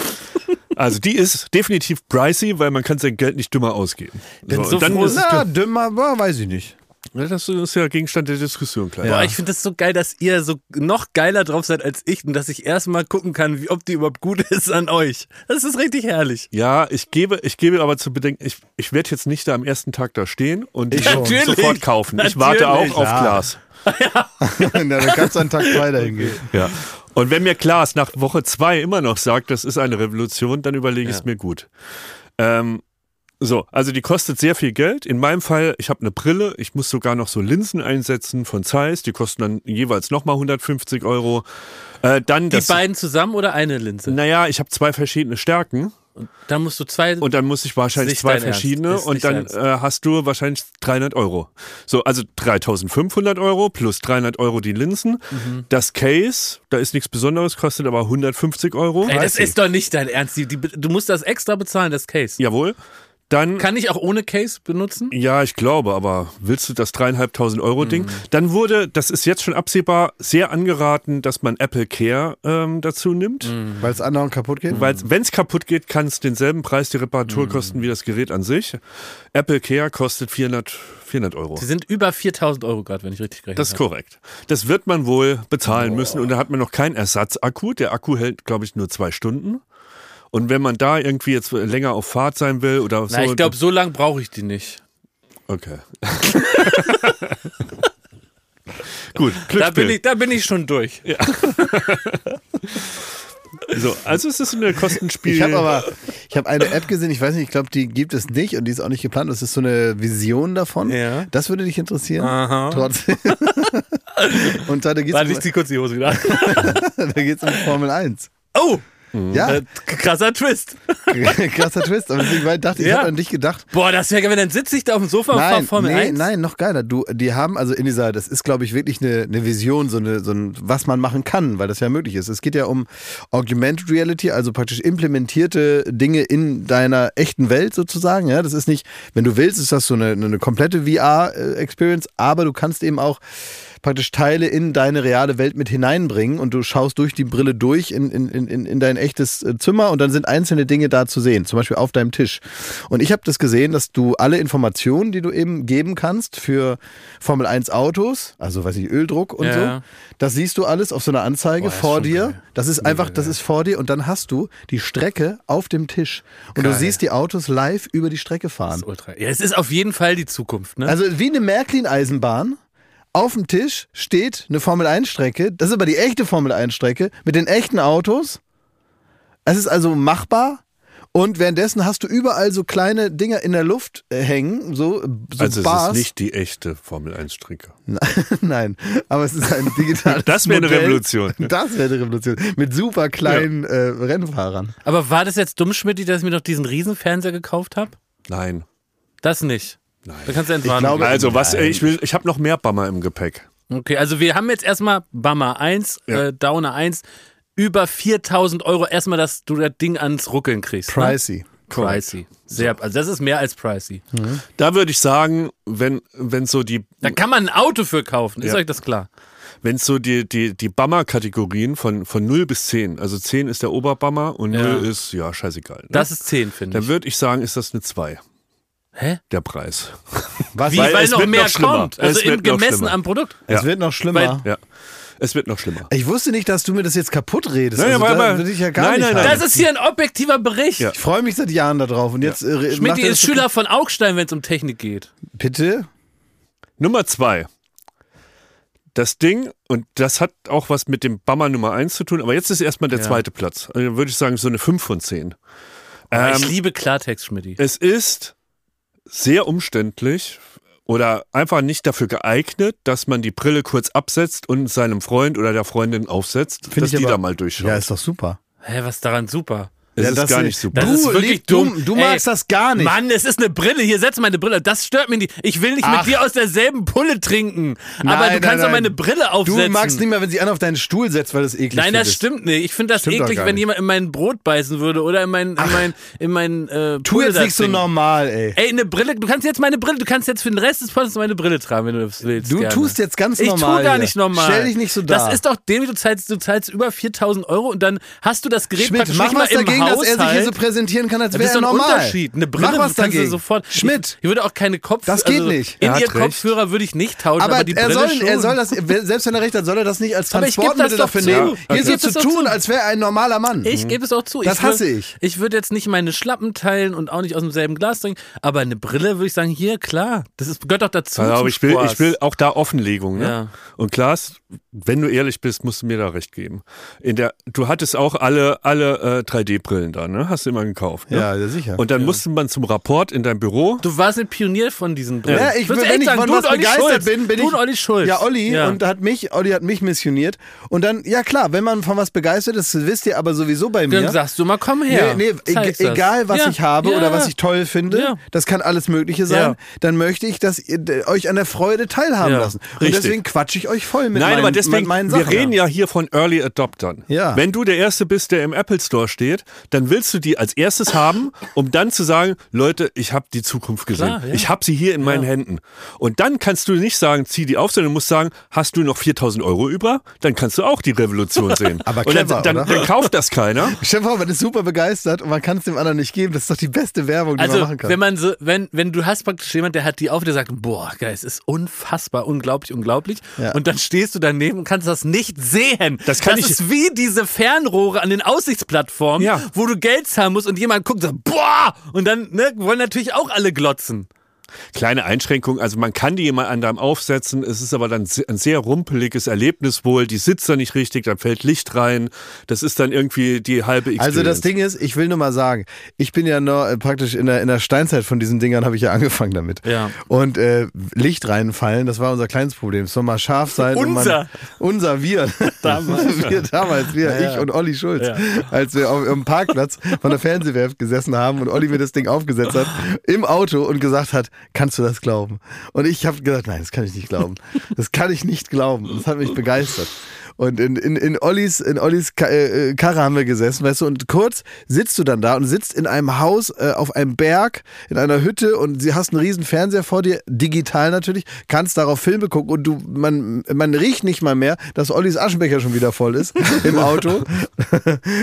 also die ist definitiv pricey, weil man kann sein Geld nicht dümmer ausgeben. Denn so dann froh- ist, Na, dümmer, boah, weiß ich nicht. *laughs* ja, das ist ja Gegenstand der Diskussion, klar. Boah, ich finde das so geil, dass ihr so noch geiler drauf seid als ich und dass ich erstmal gucken kann, wie, ob die überhaupt gut *laughs* ist an euch. Das ist richtig herrlich. Ja, ich gebe, ich gebe aber zu bedenken, ich, ich werde jetzt nicht da am ersten Tag da stehen und die Ich schon. sofort kaufen. Ich Natürlich. warte auch auf Ja. Glas. ja, dann kannst du einen Tag weiter *laughs* hingehen. Ja. Und wenn mir Klaas nach Woche zwei immer noch sagt, das ist eine Revolution, dann überlege ich es mir gut. Ähm, so, also die kostet sehr viel Geld. In meinem Fall, ich habe eine Brille, ich muss sogar noch so Linsen einsetzen von Zeiss, die kosten dann jeweils nochmal 150 Euro. Äh, dann Die das. beiden zusammen oder eine Linse? Naja, ich habe zwei verschiedene Stärken Da musst du zwei. und dann muss ich wahrscheinlich Nicht zwei dein Ernst. verschiedene Ist und nicht dann dein äh, hast du wahrscheinlich 300 Euro. So, also 3500 Euro plus 300 Euro die Linsen. Mhm. Das Case, da ist nichts Besonderes, kostet aber 150 Euro. Ey, das ist doch nicht dein Ernst. Die, die, du musst das extra bezahlen, das Case. Jawohl. Dann, Kann ich auch ohne Case benutzen? ja, ich glaube, aber willst du das dreieinhalbtausend Euro Ding? Mhm. Dann wurde, das ist jetzt schon absehbar, sehr angeraten, dass man Apple Care ähm, dazu nimmt. Mhm. Weil es anderen kaputt geht? Weil wenn es kaputt geht, kann es denselben Preis die Reparatur Mhm. kosten wie das Gerät an sich. Apple Care kostet 400, 400 Euro. Die sind über 4000 Euro gerade, wenn ich richtig gerechnet Das ist korrekt. Das wird man wohl bezahlen müssen und da hat man noch keinen Ersatzakku. Der Akku hält, glaube ich, nur zwei Stunden. Und wenn man da irgendwie jetzt länger auf Fahrt sein will oder so. Na, ich glaube, so lange brauche ich die nicht. Okay. *laughs* Gut, Glücksspiel. Da bin, ich, da bin ich schon durch. So, also es ist eine Kostenspiel. Ich habe aber, ich habe eine App gesehen, ich weiß nicht, ich glaube, die gibt es nicht und die ist auch nicht geplant. Das ist so eine Vision davon. Ja. Das würde dich interessieren. *laughs* Trotzdem. und da, da geht Warte, ich es zieh kurz die Hose wieder. *laughs* an. um, *laughs* da geht's um Formel 1. Oh! Ja, Äh, krasser Twist. *laughs* krasser Twist. Aber deswegen war- dachte ich, ich Äh, Ja. habe an dich gedacht. Boah, das wäre geil, wenn dann sitze ich da auf dem Sofa und fahre Nein, Formel nee, 1. nein, noch geiler. Du, die haben also in dieser, das ist glaube ich wirklich eine, eine Vision, so eine, so ein, was man machen kann, weil das ja möglich ist. Es geht ja um Augmented Reality, also praktisch implementierte Dinge in deiner echten Welt sozusagen. Ja, das ist nicht, wenn du willst, ist das so eine, eine komplette VR-Experience, aber du kannst eben auch praktisch Teile in deine reale Welt mit hineinbringen und du schaust durch die Brille durch in, in, in- in, in dein echtes äh, Zimmer und dann sind einzelne Dinge da zu sehen, zum Beispiel auf deinem Tisch. Und ich habe das gesehen, dass du alle Informationen, die du eben geben kannst für Formel 1 Autos, also weiß ich, Öldruck und Ja. so, das siehst du alles auf so einer Anzeige ist vor schon dir. geil. Das ist einfach, das ist vor dir und dann hast du die Strecke auf dem Tisch und du siehst die Autos live über die Strecke fahren. Das ist Ultra. Ja, es ist auf jeden Fall die Zukunft, ne? Also wie eine Märklin-Eisenbahn. Auf dem Tisch steht eine Formel-1-Strecke. Das ist aber die echte Formel-1-Strecke mit den echten Autos. Es ist also machbar. Und währenddessen hast du überall so kleine Dinger in der Luft äh, hängen, so, so also es Bars. Hm. ist nicht die echte Formel 1 Strecke. *laughs* Nein, aber es ist *laughs* ein digitales Das wäre eine Modell. Revolution. *laughs* Das wäre eine Revolution. Mit super kleinen äh, Rennfahrern. Aber war das jetzt dumm, Schmidt, dass ich mir noch diesen Riesenfernseher gekauft habe? Nein. Das nicht. Nein. Da kannst du entwarnen. glaube- Also was äh, ich will, ich habe noch mehr Bammer im Gepäck. Okay, also wir haben jetzt erstmal Bummer 1, Ja. äh, Downer 1, über 4000 Euro erstmal, dass du das Ding ans Ruckeln kriegst. ne? Pricey. Pricey. Sehr, also das ist mehr als pricey. Hm. Da würde ich sagen, wenn wenn so die Da kann man ein Auto für kaufen, ist Ja. euch das klar? wenn so die die die Bammer Kategorien von von 0 bis 10, also 10 ist der Oberbammer und 0 ist ja scheißegal. Ne? Das ist 10, finde dann ich. würde ich sagen, ist das eine 2. Hä? der Preis. Was? Wie, Weil weil, es noch wird mehr noch schlimmer. kommt. Es Also wird in, noch gemessen schlimmer. am Produkt. es wird noch schlimmer. Ja. Es wird noch schlimmer. ich wusste nicht, dass du mir das jetzt kaputt redest. Nein, also, aber- da aber- würde ich ja gar nein, nicht nein, haben. nein. Das ist hier ein objektiver Bericht. Ja. Ich freue mich seit Jahren darauf. Und jetzt äh, macht Schmidt ihr ist das- Schüler von Augstein, wenn es um Technik geht. Bitte? Nummer zwei. Das Ding, und das hat auch was mit dem Bammer Nummer eins zu tun, aber jetzt ist erstmal der zweite Platz. Also dann würde ich sagen, so eine 5 von 10. Aber Ähm, ich liebe Klartext, Schmidti. Es ist sehr umständlich oder einfach nicht dafür geeignet, dass man die Brille kurz absetzt und seinem Freund oder der Freundin aufsetzt, Find dass ich die aber- da mal durchschaut. Ja, ist doch super. Hä, was ist daran super? es ja, ist das gar ist- nicht super. Du Das ist wirklich liegst dumm. dumm. Du Ey, magst das gar nicht. Mann, es ist eine Brille. Hier, setz meine Brille. Das stört mich nicht. Ich will nicht Ach. mit dir aus derselben Pulle trinken. Aber Nein, du kannst nein, doch nein. meine Brille Du aufsetzen. magst nicht mehr, wenn sie an auf deinen Stuhl setzt, weil das eklig Nein, das findest. stimmt nicht. Ich finde das Stimmt doch eklig, gar wenn nicht. jemand in mein Brot beißen würde oder in mein, in mein, in mein äh, Tu Pulle jetzt da nicht so trinken. normal, ey. Ey, eine Brille, du kannst jetzt meine Brille, du kannst jetzt für den Rest des Podcasts meine Brille tragen, wenn du das willst. Du gerne. tust jetzt ganz Ich normal tu gar hier. nicht normal. Stell dich nicht so dar. Das ist doch dämlich, du zahlst, du zahlst über 4000 Euro und dann hast du das Gerät Schmidt, praktisch mach nicht mal was im dagegen, dass Haushalt. er sich hier so präsentieren kann, als das ist wäre so er ein normal. Unterschied. Eine Brille mach was kannst dagegen. du sofort. Schmidt, Ich, ich würde auch keine Kopfhörer. Das geht also nicht. In Er hat ihr recht. Kopfhörer würde ich nicht tauschen, aber, aber die er Brille soll, schon. er soll das, selbst wenn er recht hat, soll er das nicht als Aber ich geb das Transportmittel doch dafür zu. nehmen. Ja, Hier ich so geb zu das doch tun, zu. als wäre er ein normaler Mann. Ich gebe es auch zu. Mhm. Das würd- hasse ich. Ich würde jetzt nicht meine Schlappen teilen und auch nicht aus demselben Glas trinken, aber eine Brille würde ich sagen, hier, klar. Das ist, gehört doch dazu. Also, zum aber ich will, Spaß. ich will auch da Offenlegung. Ne? Ja. Und Klaas, wenn du ehrlich bist, musst du mir da recht geben. In der, du hattest auch alle, alle äh, 3D-Brillen da, ne? Hast du immer gekauft. Ne? Ja, ja, sicher. Und dann musste man zum Rapport in dein Büro. Du warst ein Pionier von diesen Brillen. Ja, ich, wenn Würdest du echt ich sagen, von du was und Olli begeistert Schulz. bin, bin du ich und Olli Schulz. Ja, Olli und hat mich, Olli hat mich missioniert und dann ja klar, wenn man von was begeistert ist, das wisst ihr aber sowieso bei mir. dann sagst du mal, komm her. Nee, nee, Zeig's e das. egal was Ja, ich habe ja. oder was ich toll finde, Ja. das kann alles Mögliche sein, Ja. dann möchte ich, dass ihr d- euch an der Freude teilhaben Ja, lassen. Und richtig. deswegen quatsche ich euch voll mit Nein, meinen, aber deswegen, mit meinen Sachen. wir reden ja hier von Early Adoptern. Ja. Wenn du der Erste bist, der im Apple Store steht, dann willst du die als erstes haben, um dann zu sagen, Leute, ich habe die Zukunft gesehen. Klar, ja. Ich habe sie hier in meinen Händen. Und dann kannst du nicht sagen, zieh die auf, sondern du musst sagen, hast du noch 4000 Euro über? Dann kannst du auch *laughs* die Revolution sehen. Aber Und clever, dann, dann, oder? dann kauft *laughs* das keiner. Stell dir vor, man ist super begeistert und man kann es dem anderen nicht geben. Das ist doch die beste Werbung, die man Also, machen kann. wenn man so, wenn, wenn du hast praktisch jemand, der hat die auf, der sagt, boah, geil, es ist unfassbar, unglaublich, unglaublich. Ja. Und dann stehst du daneben und kannst das nicht sehen. Das kann ich- ist wie diese Fernrohre an den Aussichtsplattformen, Ja. wo du Geld zahlen musst und jemand guckt und sagt, boah! Und dann ne, wollen natürlich auch alle glotzen. Kleine Einschränkung, also man kann die jemand anderem aufsetzen, es ist aber dann se- ein sehr rumpeliges Erlebnis wohl, die sitzt da nicht richtig, dann fällt Licht rein, das ist dann irgendwie die halbe Experience. Also das Ding ist, ich will nur mal sagen, ich bin ja nur äh, praktisch in der, in der Steinzeit von diesen Dingern habe ich ja angefangen damit. Ja. Und äh, Licht reinfallen, das war unser kleines Problem. Es soll mal scharf sein. Unser. Und man, unser, wir. *laughs* Damals. wir damals, wir, Ja, ja. ich und Olli Schulz. Ja. Als wir auf dem Parkplatz von der Fernsehwerft gesessen haben und Olli mir das Ding aufgesetzt hat, im Auto und gesagt hat, kannst du das glauben? Und ich habe gesagt, nein, das kann ich nicht glauben. Das kann ich nicht glauben. Und Das hat mich begeistert. Und in, in, in Ollis, in Ollis Ka äh, äh, Karre haben wir gesessen, weißt du, und kurz sitzt du dann da und sitzt in einem Haus äh, auf einem Berg, in einer Hütte und sie hast einen riesen Fernseher vor dir, digital natürlich, kannst darauf Filme gucken und du, man, man riecht nicht mal mehr, dass Ollis Aschenbecher schon wieder voll ist im Auto.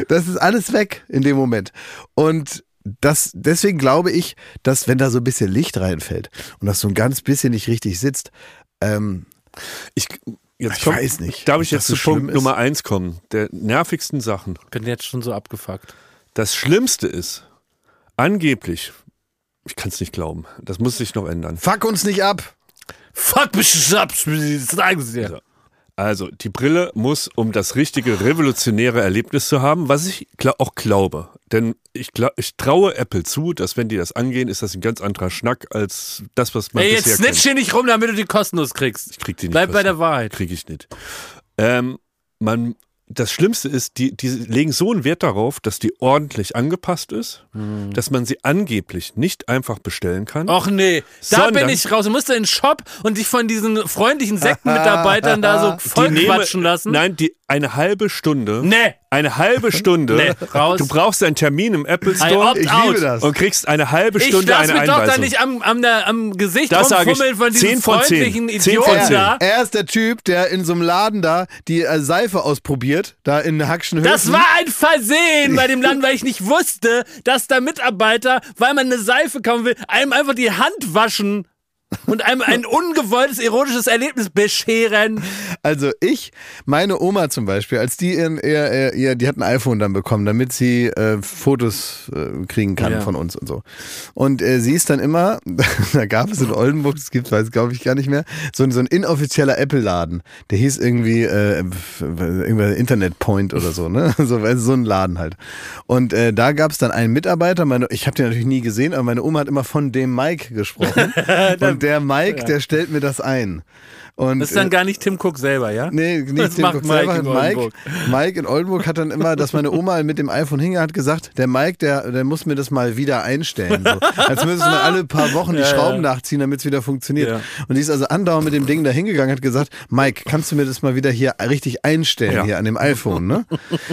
das ist alles weg in dem Moment. Und das, deswegen glaube ich, dass wenn da so ein bisschen Licht reinfällt und das so ein ganz bisschen nicht richtig sitzt, ähm, Ich, jetzt Ich komm, weiß nicht, Darf ob ich das jetzt so zu Punkt schlimm ist. Nummer eins kommen? Der nervigsten Sachen. Bin jetzt schon so abgefuckt. Das Schlimmste ist, angeblich, ich kann es nicht glauben, das muss sich noch ändern. fuck uns nicht ab. Fuck, bist du ab, sagen sie dir. Also, die Brille muss, um das richtige revolutionäre Erlebnis zu haben, was ich gla- auch glaube. Denn ich, gla- ich traue Apple zu, dass wenn die das angehen, ist das ein ganz anderer Schnack als das, was man Ey, bisher jetzt snitch kennt. hier nicht rum, damit du die kostenlos kriegst. Ich krieg die nicht. Bleib bei kostenlos. der Wahrheit. Krieg ich nicht. Ähm, man, das Schlimmste ist, die, die legen so einen Wert darauf, dass die ordentlich angepasst ist, Hm. dass man sie angeblich nicht einfach bestellen kann. Och nee, da Sondern- bin ich raus. Du musst in den Shop und dich von diesen freundlichen Sektenmitarbeitern da *laughs* so voll nehmen- quatschen lassen. Nein, die eine halbe Stunde. Nee. Eine halbe Stunde. Nee, raus. Du brauchst einen Termin im Apple Ey, Store opt Ich out. liebe das. und kriegst eine halbe Ich Stunde lass eine mich doch da Einweisung. nicht am, am, der- am Gesicht Das sag ich. rumfummeln von diesen 10 von 10. freundlichen 10 Idioten von 10. da. Er ist der Typ, der in so einem Laden da die äh, Seife ausprobiert passiert, da in Hackschenhöfen. Das war ein Versehen bei dem Laden, weil ich nicht wusste, dass da Mitarbeiter, weil man eine Seife kaufen will, einem einfach die Hand waschen und einem *laughs* ein ungewolltes erotisches Erlebnis bescheren. Also ich, meine Oma zum Beispiel, als die ihren, ihr, ihr, ihr, die hat ein iPhone dann bekommen, damit sie äh, Fotos äh, kriegen kann Ja. von uns und so. Und äh, sie ist dann immer, *laughs* da gab es in Oldenburg, das gibt weiß glaube ich gar nicht mehr, so, so ein inoffizieller Apple-Laden. Der hieß irgendwie äh, f- irgendwer Internet Point oder so, ne? *laughs* So, also so ein Laden halt. Und äh, da gab es dann einen Mitarbeiter, meine, ich habe den natürlich nie gesehen, aber meine Oma hat immer von dem Mike *laughs* gesprochen. und der Mike, der stellt mir das ein. Und, Das ist dann äh, gar nicht Tim Cook selber, ja? Nee, nicht Das Tim macht Cook Mike selber, in Mike, Oldenburg. Mike in Oldenburg hat dann immer, dass meine Oma mit dem iPhone hinge hat gesagt, der Mike, der, der muss mir das mal wieder einstellen. So. Als müssen wir alle paar Wochen die Ja, ja. Schrauben nachziehen, damit es wieder funktioniert. Ja. Und die ist also andauernd mit dem Ding da hingegangen hat gesagt, Mike, kannst du mir das mal wieder hier richtig einstellen, Ja. hier an dem iPhone, ne?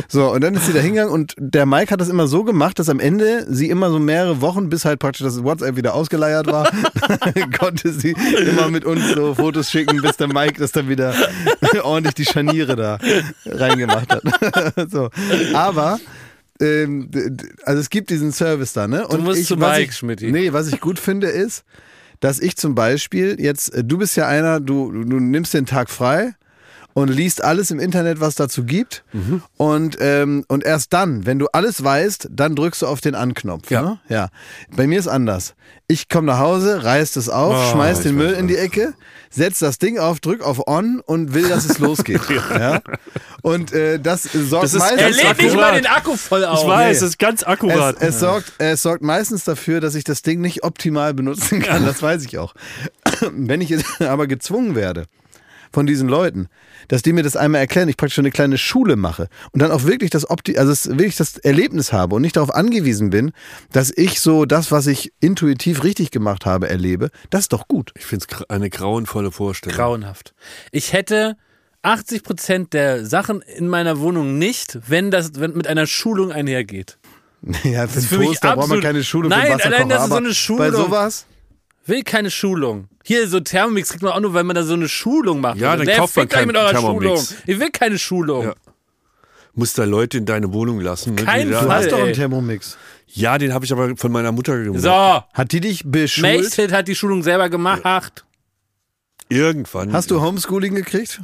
So, und dann ist sie da hingegangen und der Mike hat das immer so gemacht, dass am Ende sie immer so mehrere Wochen, bis halt praktisch das WhatsApp wieder ausgeleiert *laughs* war, *laughs* konnte sie immer mit uns so Fotos schicken, bis der Mike das dann wieder *laughs* ordentlich die Scharniere da reingemacht hat. *laughs* so. Aber ähm, d- d- also es gibt diesen Service da, ne? Und musst ich, zu was Mike, ich, Schmidti. Nee, was ich gut finde ist, dass ich zum Beispiel jetzt, äh, du bist ja einer, du, du nimmst den Tag frei und liest alles im Internet, was dazu gibt. Und, ähm, und erst dann, wenn du alles weißt, dann drückst du auf den Anknopf. Ja. Ne? ja. Bei mir ist anders. Ich komme nach Hause, reiß es auf, Oh, schmeiß den ich Müll weiß in die Ecke, setz das Ding auf, drück auf On und will, dass es losgeht. ja. Und äh, das sorgt Das ist meistens Er Er lädt nicht akkurat. mal den Akku voll auf. Ich weiß, nee. es ist ganz es, akkurat. es, sorgt, es sorgt meistens dafür, dass ich das Ding nicht optimal benutzen *laughs* kann. Das weiß ich auch. *coughs* Wenn ich jetzt *coughs* aber gezwungen werde von diesen Leuten, dass die mir das einmal erklären, ich praktisch so eine kleine Schule mache und dann auch wirklich das Opti also es- wirklich das Erlebnis habe und nicht darauf angewiesen bin, dass ich so das, was ich intuitiv richtig gemacht habe, erlebe, das ist doch *laughs* gut. Ich finde es eine grauenvolle Vorstellung. Grauenhaft. Ich hätte 80% der Sachen in meiner Wohnung nicht, wenn das wenn mit einer Schulung einhergeht. Ja, für, für mich absolut- Nein, allein das ist so aber eine Bei Schulung. sowas, Will keine Schulung. Hier, so Thermomix kriegt man auch nur, weil man da so eine Schulung macht. Ja, Also, dann der kauft man fickt euch keinen mit eurer Thermomix. Schulung. Ich will keine Schulung. Ja. Musst da Leute in deine Wohnung lassen. Ne? Kein die du da, Fall. hast doch ey. einen Thermomix. ja, den habe ich aber von meiner Mutter gemacht. So, Hat die dich beschult? Mechthild hat die Schulung selber gemacht. Irgendwann. Hast du Homeschooling gekriegt?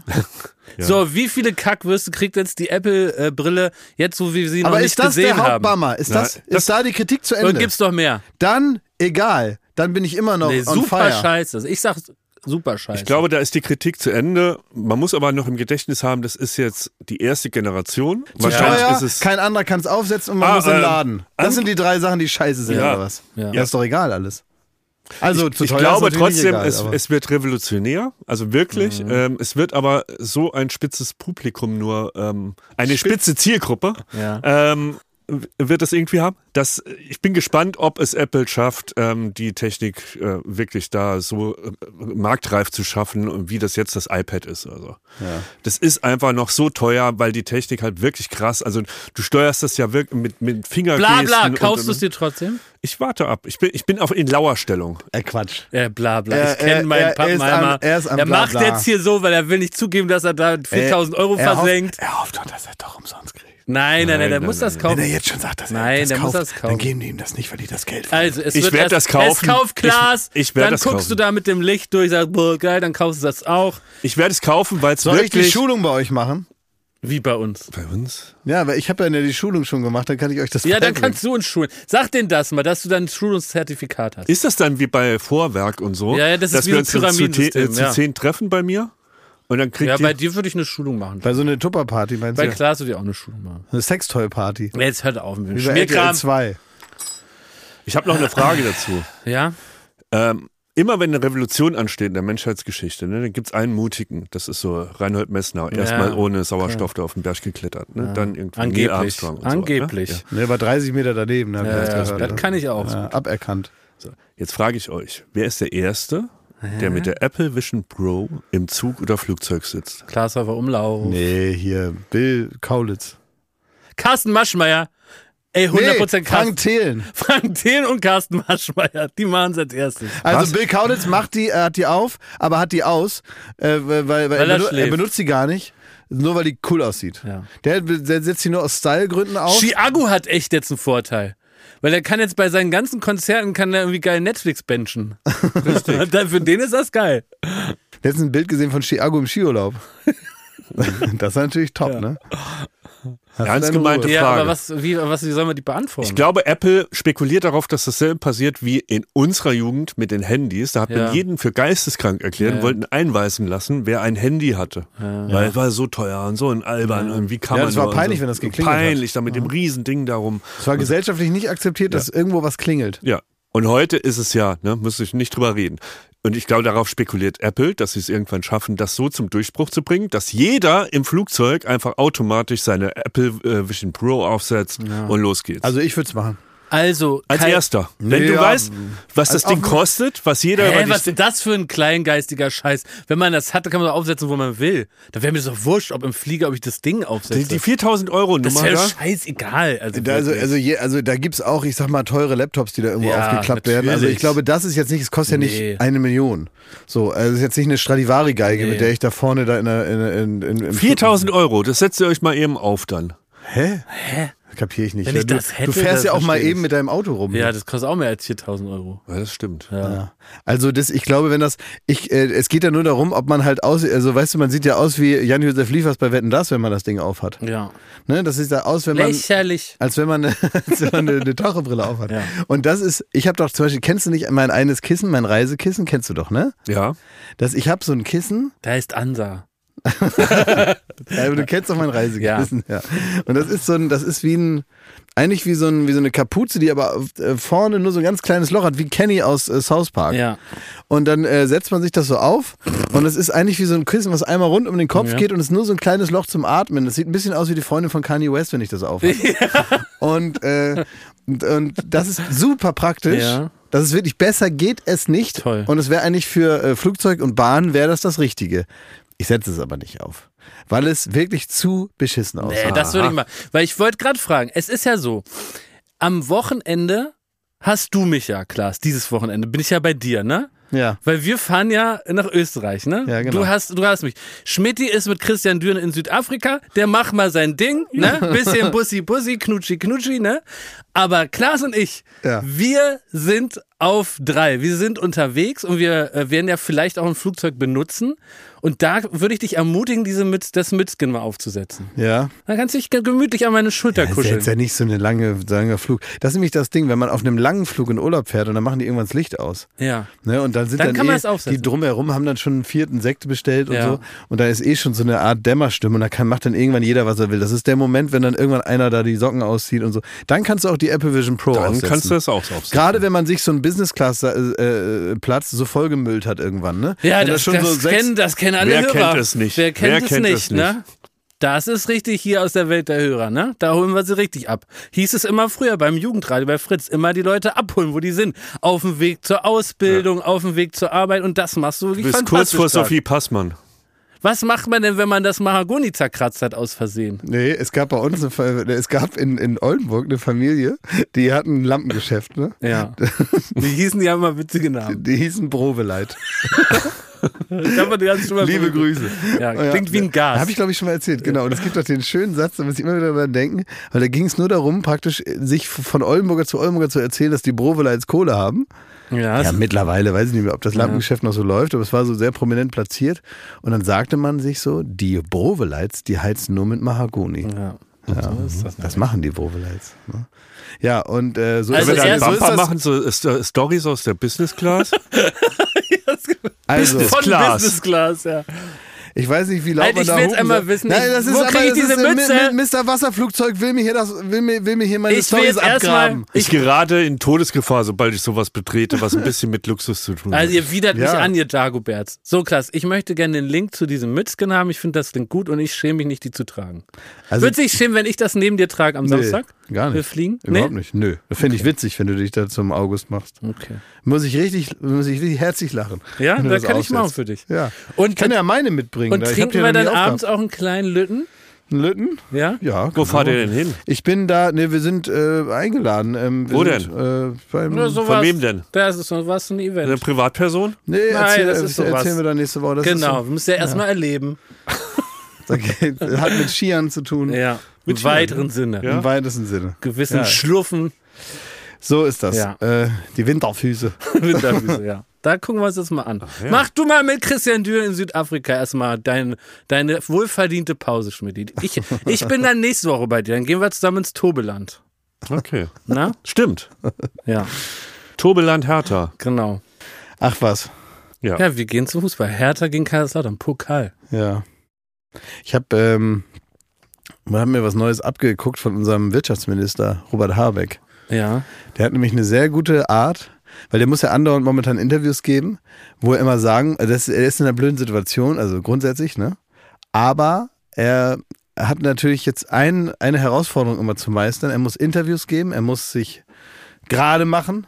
So, wie viele Kackwürste kriegt jetzt die Apple-Brille, jetzt so wie wir sie noch Aber nicht ist das der gesehen haben? Hauptbammer? Ist, das, Nein, ist da die Kritik zu Und Ende? gibt's noch mehr. Dann egal. Dann bin ich immer noch Nee, on super fire. scheiße. Ich sag super scheiße. Ich glaube, da ist die Kritik zu Ende. Man muss aber noch im Gedächtnis haben, das ist jetzt die erste Generation. Zu teuer, ist es. kein anderer kann es aufsetzen und man Ah, muss in den ähm, Laden. Das an- sind die drei Sachen, die scheiße sind Ja. oder was? Ja. Das ist doch egal alles. Also zu ich teuer glaube ist natürlich trotzdem, egal, es, aber- Mhm. es wird revolutionär. Also wirklich. Ähm, es wird aber so ein spitzes Publikum nur, ähm, eine spitze Zielgruppe. Ja. Ähm, w- wird das irgendwie haben? Das, ich bin gespannt, ob es Apple schafft, ähm, die Technik äh, wirklich da so äh, marktreif zu schaffen, wie das jetzt das iPad ist. Also. Das ist einfach noch so teuer, weil die Technik halt wirklich krass. Also du steuerst das ja wirklich mit, mit Bla Fingergesten. bla, und- kaufst du und- es dir trotzdem? Ich warte ab. Ich bin, ich bin auf in Lauerstellung. Äh, Quatsch. Äh, bla bla, Er- ich kenne er- meinen er ist am- Pappenheimer. er ist am er macht Blabla. jetzt hier so, weil er will nicht zugeben, dass er da 4000 Äh, Euro er hofft- versenkt. Er hofft doch, dass er doch umsonst kriegt. Nein, nein, nein, der nein, muss nein, das kaufen. jetzt schon sagt, dass Nein, der muss das kaufen. die ihm das nicht, weil die das Geld Also, es Ich wird werd erst- das Es kaufen. kauft Glas, Ich- ich werd dann das guckst kaufen. du da mit dem Licht durch, sagst, boah, geil, dann kaufst du das auch. Ich werde es kaufen, weil es Also, Soll ich die wirklich Schulung bei euch machen? Wie bei uns. bei uns. Ja, weil ich habe ja die Schulung schon gemacht, dann kann ich euch das Ja, dann beibringen. kannst du uns schulen. Sag denen das mal, dass du dann ein Schulungszertifikat hast. Ist das dann wie bei Vorwerk und so? Ja, ja, das ist dass wie wir ein uns dann zu, te- Pyramidensystem, äh, zu ja. zehn treffen bei mir und dann kriegt Ja, bei ihr. dir würde ich eine Schulung machen. Bei so einer Tupperparty meinst Bei du? Klaas würde ich auch eine Schulung machen. Eine Sextoy-Party. Jetzt hört auf mit dem Über RTL Schmierkram. 2. Ich habe noch eine Frage dazu. Ja? Ähm, immer wenn eine Revolution ansteht in der Menschheitsgeschichte, ne, dann gibt es einen Mutigen. Das ist so Reinhold Messner. Erstmal ohne Sauerstoff da auf den Berg geklettert. Ne? Dann irgendwie Neil Angeblich. Armstrong. Und Angeblich. So, ne? Ne, war 30 Meter daneben, hab ich Ja, das ja, gehört. ne? das kann ich auch. Ja, aberkannt. ja. so. Jetzt frage ich euch, wer ist der Erste, der mit der Apple Vision Pro im Zug oder Flugzeug sitzt? Klaas Häufer Umlauf. Nee, hier, Bill Kaulitz. Carsten Maschmeyer. Ey, 100% nee, Carsten. Frank Thelen. Frank Thelen und Carsten Maschmeyer. Die machen es als erstes. Also Bill Kaulitz macht die, er hat die auf, aber hat die aus, äh, weil, weil, Weil er, er benu- er schläft. benutzt die gar nicht. Nur weil die cool aussieht. Ja. Der, der setzt sie nur aus Stylegründen auf. Chiago hat echt jetzt einen Vorteil. Weil er kann jetzt bei seinen ganzen Konzerten kann er irgendwie geil Netflix *laughs* benchen. Richtig. *laughs* Dann für den ist das geil. Letztens ein Bild gesehen von Chiago im Skiurlaub. *laughs* das ist natürlich top, ne? Hast du Ernst deine gemeinte Ruhe? Ja, Frage. aber was, wie, was, wie soll man die beantworten? Ich glaube, Apple spekuliert darauf, dass dasselbe passiert wie in unserer Jugend mit den Handys. Da hat Ja. man jeden für geisteskrank erklärt und wollten einweisen lassen, wer ein Handy hatte. Weil es war so teuer und so und albern und wie kann Ja, man das war nur und peinlich, so. wenn das geklingelt hat. Peinlich, da mit dem Riesending darum. Es war gesellschaftlich nicht akzeptiert, dass irgendwo was klingelt. Ja. Und heute ist es ja, ne, müsste ich nicht drüber reden. Und ich glaube, darauf spekuliert Apple, dass sie es irgendwann schaffen, das so zum Durchbruch zu bringen, dass jeder im Flugzeug einfach automatisch seine Apple äh, Vision Pro aufsetzt und los geht's. Also ich würde es machen. also, Als kein- erster. Wenn Nee, du ja. weißt, was das Also Ding auf- kostet, was jeder Hä, über was dich ist das für ein kleingeistiger Scheiß? Wenn man das hat, dann kann man das aufsetzen, wo man will. Da wäre mir das doch wurscht, ob im Flieger, ob ich das Ding aufsetze. die, die 4000 Euro das ist Nummer ja da, scheißegal. Also, Da, also, wirklich. also, je, also da gibt es auch, ich sag mal, teure Laptops, die da irgendwo Ja, aufgeklappt werden. Also ich natürlich. glaube, das ist jetzt nicht, es kostet ja Nee. nicht eine Million. So, also es ist jetzt nicht eine Stradivari-Geige, Nee. mit der ich da vorne da in der in, in, in, im 4000 Euro, das setzt ihr euch mal eben auf dann. Hä? Hä? Kapier ich nicht. Wenn Ja, ich du, das hätte, du fährst das ja auch mal versteh ich. eben mit deinem Auto rum. ja, das kostet auch mehr als 4000 Euro. Ja, das stimmt. Ja. Also das, ich glaube, wenn das, ich, äh, es geht ja nur darum, ob man halt aus, also weißt du, man sieht ja aus wie Jan-Josef Liefers bei Wetten das, wenn man das Ding aufhat. Ja. Ne? Das sieht da aus, wenn man, Lächerlich. als wenn man, als wenn man eine, *laughs* eine Taucherbrille aufhat. Ja. Und das ist, ich habe doch zum Beispiel, kennst du nicht mein eines Kissen, mein Reisekissen, kennst du doch, ne? Ja. Das, ich habe so ein Kissen, Da ist Ansa. ja, aber du kennst doch mein Reisekissen. Ja. Und das ist so ein, das ist wie ein, eigentlich wie so, ein, wie so eine Kapuze, die aber äh, vorne nur so ein ganz kleines Loch hat, wie Kenny aus äh, South Park. Ja. Und dann äh, setzt man sich das so auf und es ist eigentlich wie so ein Kissen, was einmal rund um den Kopf Ja. geht und es ist nur so ein kleines Loch zum Atmen. Das sieht ein bisschen aus wie die Freundin von Kanye West, wenn ich das *laughs* aufhabe. Und, äh, und, und das ist super praktisch. Ja. Das ist wirklich besser, geht es nicht. Toll. Und es wäre eigentlich für äh, Flugzeug und Bahn wäre das das Richtige. Ich setze es aber nicht auf, weil es wirklich zu beschissen aussieht. Äh, das würde ich mal. Weil ich wollte gerade fragen, es ist ja so, am Wochenende hast du mich ja, Klaas, dieses Wochenende bin ich ja bei dir, ne? Ja. Weil wir fahren ja nach Österreich, ne? Ja, genau. Du hast, du hast mich. Schmidti ist mit Christian Düren in Südafrika, der macht mal sein Ding, *laughs* ne? Bisschen Bussi Bussi, Knutschi Knutschi, ne? Aber Klaas und ich, Ja. wir sind auf drei. Wir sind unterwegs und wir äh, werden ja vielleicht auch ein Flugzeug benutzen. Und da würde ich dich ermutigen, diese Mütz, das Mützchen mal aufzusetzen. Ja. Dann kannst du dich gemütlich an meine Schulter Das ist kuscheln. jetzt ja nicht so eine lange, langer Flug. Das ist nämlich das Ding, wenn man auf einem langen Flug in Urlaub fährt und dann machen die irgendwann das Licht aus. ja. Ne, und dann sind Dann dann, kann man eh, es aufsetzen. die drumherum haben dann schon einen vierten Sekt bestellt und Ja. so. Und da ist eh schon so eine Art Dämmerstimme und da kann, macht dann irgendwann jeder, was er will. Das ist der Moment, wenn dann irgendwann einer da die Socken auszieht und so. Dann kannst du auch die Apple Vision Pro Dann aufsetzen. kannst du das auch aufsetzen. Gerade wenn man sich so einen Business-Class-Platz äh, so vollgemüllt hat irgendwann, ne? Ja, wenn das, das, kennen, das kennen alle Wer Hörer. kennt es nicht? Wer kennt, Wer es, kennt nicht, es ne? Das ist richtig hier aus der Welt der Hörer, ne? Da holen wir sie richtig ab. Hieß es immer früher beim Jugendradio, bei Fritz, immer die Leute abholen, wo die sind. Auf dem Weg zur Ausbildung, auf dem Weg zur Arbeit und das machst du wirklich Du bist kurz fantastisch vor stark. Sophie Passmann. Was macht man denn, wenn man das Mahagoni zerkratzt hat aus Versehen? Nee, es gab bei uns, eine, Fa- es gab in, in Oldenburg eine Familie, die hatten ein Lampengeschäft, ne? *laughs* Ja. die hießen ja immer witzige Namen. Die hießen Broveleit. Ich hab mir die ganze schon mal Liebe Grüße. Ja, Oh klingt wie ein Gas. Habe Oh ich, glaube ich, schon mal erzählt, genau. Und es gibt doch den schönen Satz, da muss ich immer wieder dran denken, weil da ging es nur darum, praktisch äh, sich von Oldenburger zu Oldenburger zu erzählen, dass die Broveleins Kohle haben. Ja, Ja, mittlerweile weiß ich nicht mehr, ob das Lampengeschäft noch so läuft, aber es war so sehr prominent platziert. Und dann sagte man sich so, die Broveleits, die heizen nur mit Mahagoni. ja. Ja, das, machen die Broveleits. Ne? Ja, und äh, so, Also Wenn wir da einen erst- so ist das. Bumper machen, so ist, äh, Stories aus der *laughs* Business Class. Also, Von Class. Business Class, ja. ich weiß nicht, wie laut Halt, man ich da will's hupen einmal soll. wissen. Nein, Ich- das ist wo aber, krieg ich das ist, diese äh, Mütze? Mi- Mi- Mr. Wasserflugzeug will mir hier, das, will mir, will mir hier meine Ich will Storys jetzt erstmal- abgraben. Ich gerate in Todesgefahr, sobald ich sowas betrete, was ein bisschen mit Luxus zu tun hat. Also ihr widert mich Hm. Ja. an, ihr Dagoberts. So, Klaas, ich möchte gerne den Link zu diesem Mützchen haben. Ich finde, das klingt gut und ich schäme mich nicht, die zu tragen. Also- Würdest du dich schämen, wenn ich das neben dir trage am Samstag? Gar nicht. Wir fliegen? Überhaupt nicht. Nö. Finde ich witzig, wenn du dich da zum August machst. Okay. Muss ich richtig, muss ich richtig herzlich lachen. Ja, wenn du da das kann ich aufsetzt. machen für dich. Ja. Und- ich kann ja meine mitbringen. Und da. Ich hab trinken dir noch wir dann nie abends aufgehabt. auch einen kleinen Lütten? Einen Lütten? Ja? Ja. Wo genau. fahrt ihr denn hin? Ich bin da, ne, wir sind äh, eingeladen. Ähm, wir Wo sind, Äh, beim, Oder sowas. wem denn? Das ist so was, ein Event. Eine Privatperson? Nee, Nein, erzähl, äh, das ist sowas. erzählen wir dann nächste Woche. Das ist genau, so- wir müssen ja erstmal erleben. Sag ich, äh, Hat mit Skiern zu tun. Ja. Im Tieren. weiteren Sinne. Im weitesten Sinne. Gewissen Ja. Schlurfen. So ist das. Ja. Äh, die Winterfüße. *laughs* Winterfüße, ja. Da gucken wir uns das mal an. Mach du mal mit Christian Dürr in Südafrika erstmal dein, deine wohlverdiente Pause, Schmidt. Ich, ich bin dann nächste Woche bei dir. Dann gehen wir zusammen ins Tobeland. Okay. Na? Stimmt. Ja, Tobeland Hertha. genau. Ach was. Ja, wir gehen zum Fußball. Hertha gegen Kaiserslautern. Pokal. Ja. Ich habe, ähm, wir haben mir was Neues abgeguckt von unserem Wirtschaftsminister Robert Habeck. Ja. Der hat nämlich eine sehr gute Art, weil der muss ja andauernd momentan Interviews geben, wo er immer sagen, also das, er ist in einer blöden Situation, also grundsätzlich, ne? Aber er hat natürlich jetzt ein, eine Herausforderung immer zu meistern. Er muss Interviews geben, er muss sich gerade machen,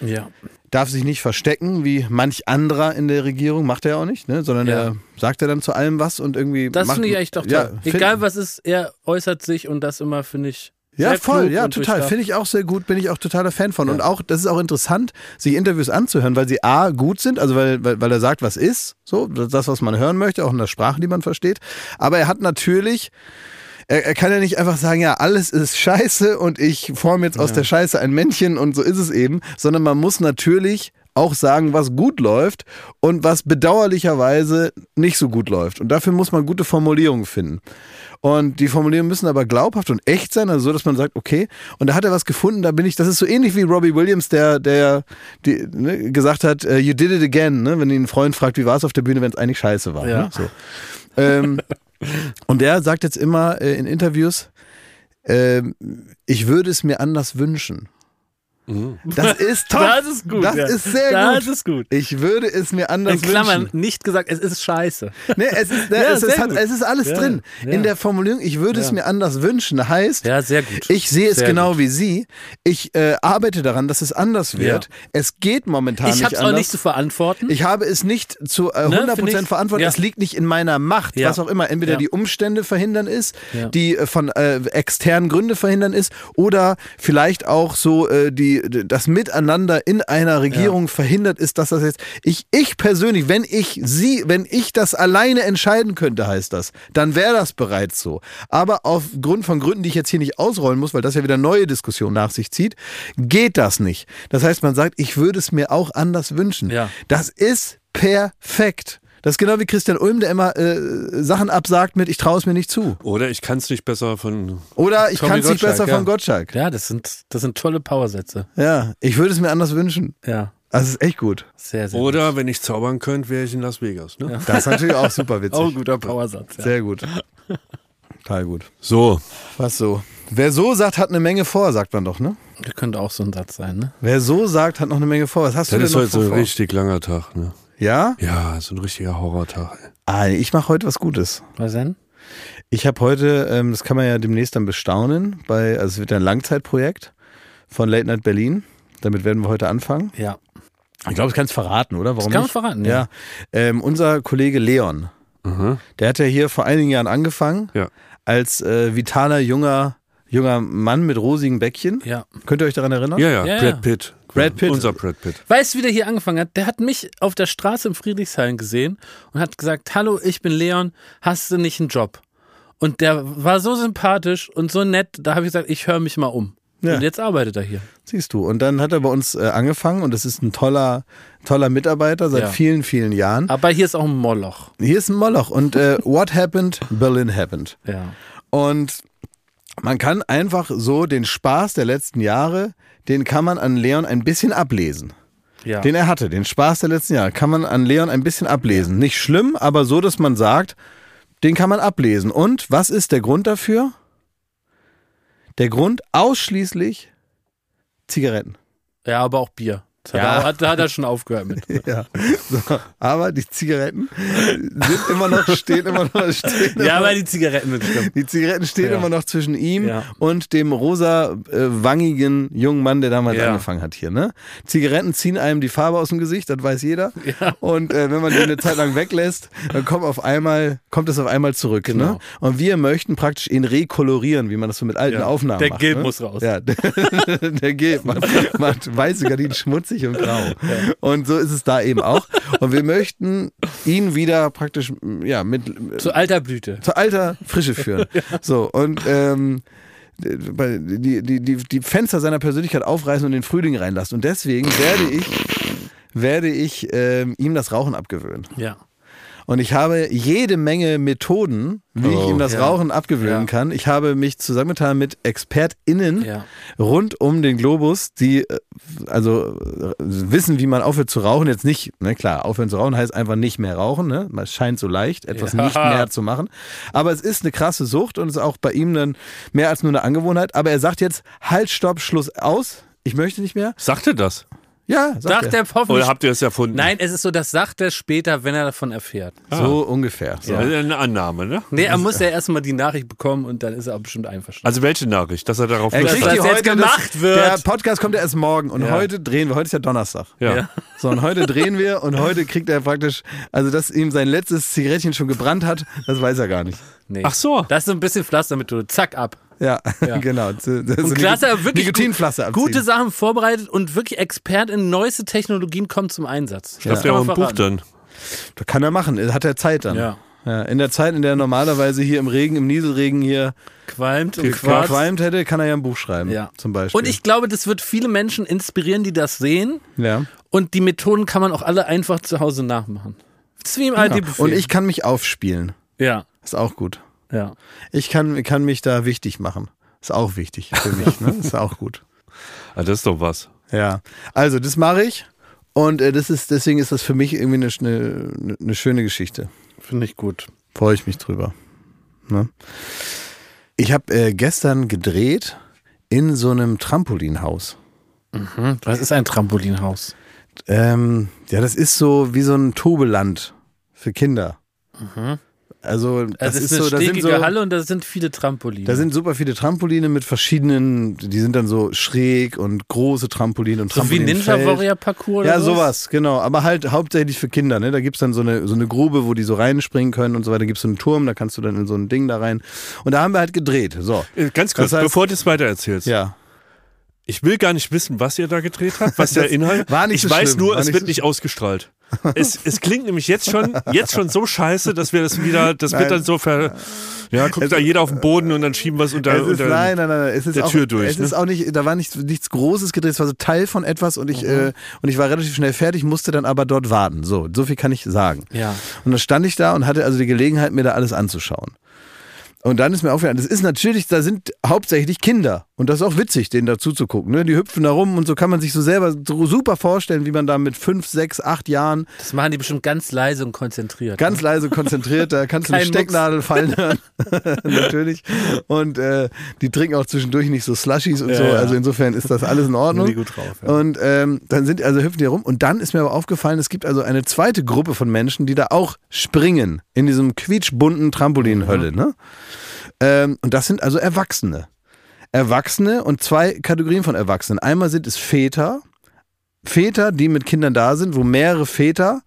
Ja. darf sich nicht verstecken, wie manch anderer in der Regierung, macht er ja auch nicht, ne? sondern Ja. er sagt er dann zu allem was und irgendwie. Das macht- finde ich echt doch toll. Ja, find- Egal was ist, er äußert sich und das immer finde ich. Ja, sehr voll, klug ja, und total. durchdacht. Finde ich auch sehr gut, bin ich auch totaler Fan von. Und auch, das ist auch interessant, sich Interviews anzuhören, weil sie A, gut sind, also weil, weil, weil er sagt, was ist, so, das, was man hören möchte, auch in der Sprache, die man versteht. Aber er hat natürlich, er, er kann ja nicht einfach sagen, ja, alles ist scheiße und ich forme jetzt aus der Scheiße ein Männchen und so ist es eben, sondern man muss natürlich auch sagen, was gut läuft und was bedauerlicherweise nicht so gut läuft. Und dafür muss man gute Formulierungen finden. Und die Formulierungen müssen aber glaubhaft und echt sein, also so, dass man sagt, okay, und da hat er was gefunden, da bin ich, das ist so ähnlich wie Robbie Williams, der, der die, ne, gesagt hat, äh, you did it again, ne? wenn ihn ein Freund fragt, wie war es auf der Bühne, wenn es eigentlich scheiße war. Ja. Ne? So. ähm, und der sagt jetzt immer äh, in Interviews, ähm, ich würde es mir anders wünschen. Das *laughs* ist top. Mhm. Das ist gut. Das ja. ist sehr das gut. ist gut. Ich würde es mir anders In Klammern wünschen. nicht gesagt, es ist *laughs* scheiße. Nee, es, ist, ne, Ja, es, ist, sehr hat, gut. es ist alles Ja, drin. ja. In der Formulierung, ich würde es Ja. mir anders wünschen, heißt, Ja, sehr gut. ich sehe es Sehr genau wie Sie. Ich äh, arbeite daran, dass es anders wird. Es geht momentan Ich nicht habe es anders. auch nicht zu verantworten. Ich habe es nicht zu äh, Ne, 100% find ich- verantwortet. ja. Es liegt nicht in meiner Macht, Ja. was auch immer. Entweder Ja. die Umstände verhindern ist, Ja. die äh, von äh, externen Gründen verhindern ist, oder vielleicht auch so äh, die, das Miteinander in einer Regierung verhindert ist, dass das jetzt. Ich, ich persönlich, wenn ich sie, wenn ich das alleine entscheiden könnte, heißt das, dann wäre das bereits so. Aber aufgrund von Gründen, die ich jetzt hier nicht ausrollen muss, weil das ja wieder neue Diskussionen nach sich zieht, geht das nicht. Das heißt, man sagt, ich würde es mir auch anders wünschen. Ja. Das ist perfekt. Das ist genau wie Christian Ulm, der immer äh, Sachen absagt mit, ich traue es mir nicht zu. Oder ich kann es nicht besser von. Oder ich Tommy kann es nicht Gottschalk, besser ja. von Gottschalk. ja, das sind, das sind tolle Powersätze. Ja, ich würde es mir anders wünschen. Ja, Das ist echt gut. sehr, sehr Oder wenn ich zaubern könnte, wäre ich in Las Vegas. Ne? Das ist natürlich auch super gut. Auch ein witzig. guter Powersatz. Ja. Sehr gut. Total gut. So, Was so? Wer so sagt, hat eine Menge vor, sagt man doch, ne? Das könnte auch so ein Satz sein, ne? Wer so sagt, hat noch eine Menge vor. Was hast das du ist denn noch heute so ein vor? richtig langer Tag. Ne? Ja? Ja, so ein richtiger Horrortag. ey. Ah, ich mache heute was Gutes. Was denn? Ich habe heute, ähm, das kann man ja demnächst dann bestaunen, bei, also es wird ja ein Langzeitprojekt von Late Night Berlin. Damit werden wir heute anfangen. Ja. Ich glaube, ich kann es verraten, oder? Warum kann man nicht? verraten, ja. ja. Ähm, unser Kollege Leon, der hat ja hier vor einigen Jahren angefangen Ja. als äh, vitaler junger junger Mann mit rosigem Bäckchen. Ja. Könnt ihr euch daran erinnern? Ja, ja, Ja, ja. Brad Pitt. Brad Pitt. Unser Brad Pitt. Weißt du, wie der hier angefangen hat? Der hat mich auf der Straße im Friedrichshain gesehen und hat gesagt, hallo, ich bin Leon, hast du nicht einen Job? Und der war so sympathisch und so nett, da habe ich gesagt, ich höre mich mal um. Ja. Und jetzt arbeitet er hier. Siehst du. Und dann hat er bei uns äh, angefangen und das ist ein toller toller Mitarbeiter seit Ja. vielen vielen Jahren. Aber hier ist auch ein Moloch. Hier ist ein Moloch und äh, What happened? Berlin happened. Ja. Und man kann einfach so den Spaß der letzten Jahre, den kann man an Leon ein bisschen ablesen. ja. Den er hatte, den Spaß der letzten Jahre, kann man an Leon ein bisschen ablesen. Nicht schlimm, aber so, dass man sagt, den kann man ablesen. Und was ist der Grund dafür? Der Grund ausschließlich *laughs* Zigaretten. ja, aber auch Bier. Das hat, Ja. er, hat, da hat er schon aufgehört mit. Ja. So, aber die Zigaretten sind immer noch, stehen immer noch, stehen ja, immer noch weil die Zigaretten sind schlimm. *laughs* Die Zigaretten stehen Ja. immer noch zwischen ihm Ja. und dem rosa äh, wangigen jungen Mann, der damals Ja. angefangen hat hier. Ne? Zigaretten ziehen einem die Farbe aus dem Gesicht, das weiß jeder. Und äh, wenn man die eine Zeit lang weglässt, dann kommt auf einmal kommt es auf einmal zurück. Ne? Genau. Und wir möchten praktisch ihn rekolorieren, wie man das so mit alten Ja. Aufnahmen Der macht. *laughs* Gilb ne? muss raus. Ja, der, der Gilb macht, macht weiße Gardinen schmutzig. schmutzig und grau. Und so ist es da eben auch. Und wir möchten ihn wieder praktisch ja, mit Zu alter Blüte. zur alter Frische führen. So, und ähm, bei- die, die, die, die Fenster seiner Persönlichkeit aufreißen und den Frühling reinlassen. Und deswegen werde ich, werde ich ähm, ihm das Rauchen abgewöhnen. Ja. Und ich habe jede Menge Methoden, wie ich Oh, ihm das ja. Rauchen abgewöhnen Ja. kann. Ich habe mich zusammengetan mit ExpertInnen Ja. rund um den Globus, die äh, also äh, wissen, wie man aufhört zu rauchen. Jetzt nicht, ne, klar, aufhören zu rauchen heißt einfach nicht mehr rauchen. Ne? Man scheint so leicht, etwas Ja. nicht mehr zu machen. Aber es ist eine krasse Sucht und ist auch bei ihm dann mehr als nur eine Angewohnheit. Aber er sagt jetzt, halt, stopp, Schluss, aus. Ich möchte nicht mehr. Sagt er das? Ja, sagt Sagt er. er hoffentlich. Oder habt ihr es erfunden? Nein, es ist so, das sagt er später, wenn er davon erfährt. So ungefähr. So. Das ist eine Annahme, ne? Nee, er muss ja erstmal die Nachricht bekommen und dann ist er bestimmt einverstanden. Also welche Nachricht? Dass er darauf Er Lust kriegt kriegt hat? die die das jetzt heute, gemacht das, wird. Der Podcast kommt ja erst morgen und heute drehen wir, heute ist ja Donnerstag. ja. Ja. So, und heute drehen wir und heute kriegt er praktisch, also dass ihm sein letztes Zigarettchen schon gebrannt hat, das weiß er gar nicht. Nee. Ach so. Das ist so ein bisschen Pflastermethode. Zack, ab. Ja, *laughs* genau. So, so Und Nik- klar, dass er wirklich gut- Nikotinpflaster abziehen. gute Sachen vorbereitet und wirklich Expert in neueste Technologien kommt zum Einsatz. Schreibt er auch ein Buch dann. Das kann er machen, hat er Zeit dann. Ja. Ja, in der Zeit, in der er normalerweise hier im Regen, im Nieselregen hier Qualmt und Quarz. gequalmt hätte, kann er ja ein Buch schreiben. Ja. Zum Beispiel. Und ich glaube, das wird viele Menschen inspirieren, die das sehen. ja. Und die Methoden kann man auch alle einfach zu Hause nachmachen. Das ist wie im ARD-Buffet. Und ich kann mich aufspielen. Ja, Ist auch gut. ja. Ich kann, kann mich da wichtig machen. Ist auch wichtig für mich. ne? Ist auch gut. Ah, das ist doch was. Ja, also das mache ich und äh, das ist, deswegen ist das für mich irgendwie eine, eine, eine schöne Geschichte. Finde ich gut. Freue ich mich drüber. Ne? Ich habe äh, gestern gedreht in so einem Trampolinhaus. Hm? Was ist ein Trampolinhaus? Ähm, ja, das ist so wie so ein Tobeland für Kinder. Also das Mhm. Also es ist, ist eine so, da sind stinkige so, Halle und da sind viele Trampoline. da sind super viele Trampoline mit verschiedenen, die sind dann so schräg und große Trampoline und so wie Trampolinfeld. Ninja Warrior Parkour oder Ja, sowas, genau. Aber halt hauptsächlich für Kinder. Ne? Da gibt's dann so eine, so eine Grube, wo die so reinspringen können und so weiter. Da gibt's so einen Turm, da kannst du dann in so ein Ding da rein. Und da haben wir halt gedreht. So. Äh, Ganz kurz, Das heißt- bevor du es weitererzählst. Ja. Ich will gar nicht wissen, was ihr da gedreht habt, was der Inhalt war nicht Ich so weiß schlimm, nur, war es nicht wird so nicht ausgestrahlt. es, es klingt nämlich jetzt schon, jetzt schon so scheiße, dass wir das wieder, das Nein. wird dann so ver. Ja, guckt da jeder auf den Boden und dann schieben wir es unter. Es ist, unter nein, nein, nein, nein, es ist der auch, Tür durch, Es ne? ist auch nicht, da war nicht, nichts Großes gedreht, es war so Teil von etwas und ich, Mhm. äh, und ich war relativ schnell fertig, musste dann aber dort warten. So, so viel kann ich sagen. Ja. Und dann stand ich da und hatte also die Gelegenheit, mir da alles anzuschauen. Und dann ist mir aufgefallen, das ist natürlich, da sind hauptsächlich Kinder. Und das ist auch witzig, denen dazu zu gucken. Ne? Die hüpfen da rum und so kann man sich so selber so super vorstellen, wie man da mit fünf, sechs, acht Jahren Das machen die bestimmt ganz leise und konzentriert. Ganz leise konzentriert, da kannst du eine Kein Mucks. Stecknadel fallen hören. *laughs* Natürlich. Und äh, die trinken auch zwischendurch nicht so Slushies und so. ja. Also insofern ist das alles in Ordnung. Sind die gut drauf, ja. Und ähm, dann sind, also hüpfen die rum. Und dann ist mir aber aufgefallen, es gibt also eine zweite Gruppe von Menschen, die da auch springen. In diesem quietschbunten Trampolinhölle. Ne? Ähm, und das sind also Erwachsene. Erwachsene und zwei Kategorien von Erwachsenen. Einmal sind es Väter. Väter, die mit Kindern da sind, wo mehrere Väter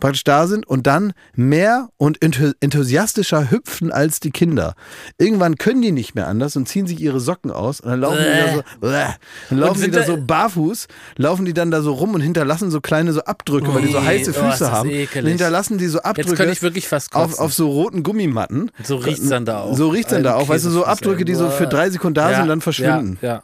praktisch da sind und dann mehr und enthu- enthusiastischer hüpfen als die Kinder. Irgendwann können die nicht mehr anders und ziehen sich ihre Socken aus und dann laufen die da so, äh, dann laufen die sind da da- so barfuß, laufen die dann da so rum und hinterlassen so kleine so Abdrücke, weil die so Ui, heiße oh, ist Füße das haben. ekelig. Und hinterlassen die so Jetzt Abdrücke könnte ich wirklich fast kotzen. auf, auf so roten Gummimatten. so riecht's dann da auch. Äh, So riecht's dann da Alten auch, weißt du, so Käsefüße. Abdrücke, die so für drei Sekunden da sind und dann verschwinden. Ja, ja.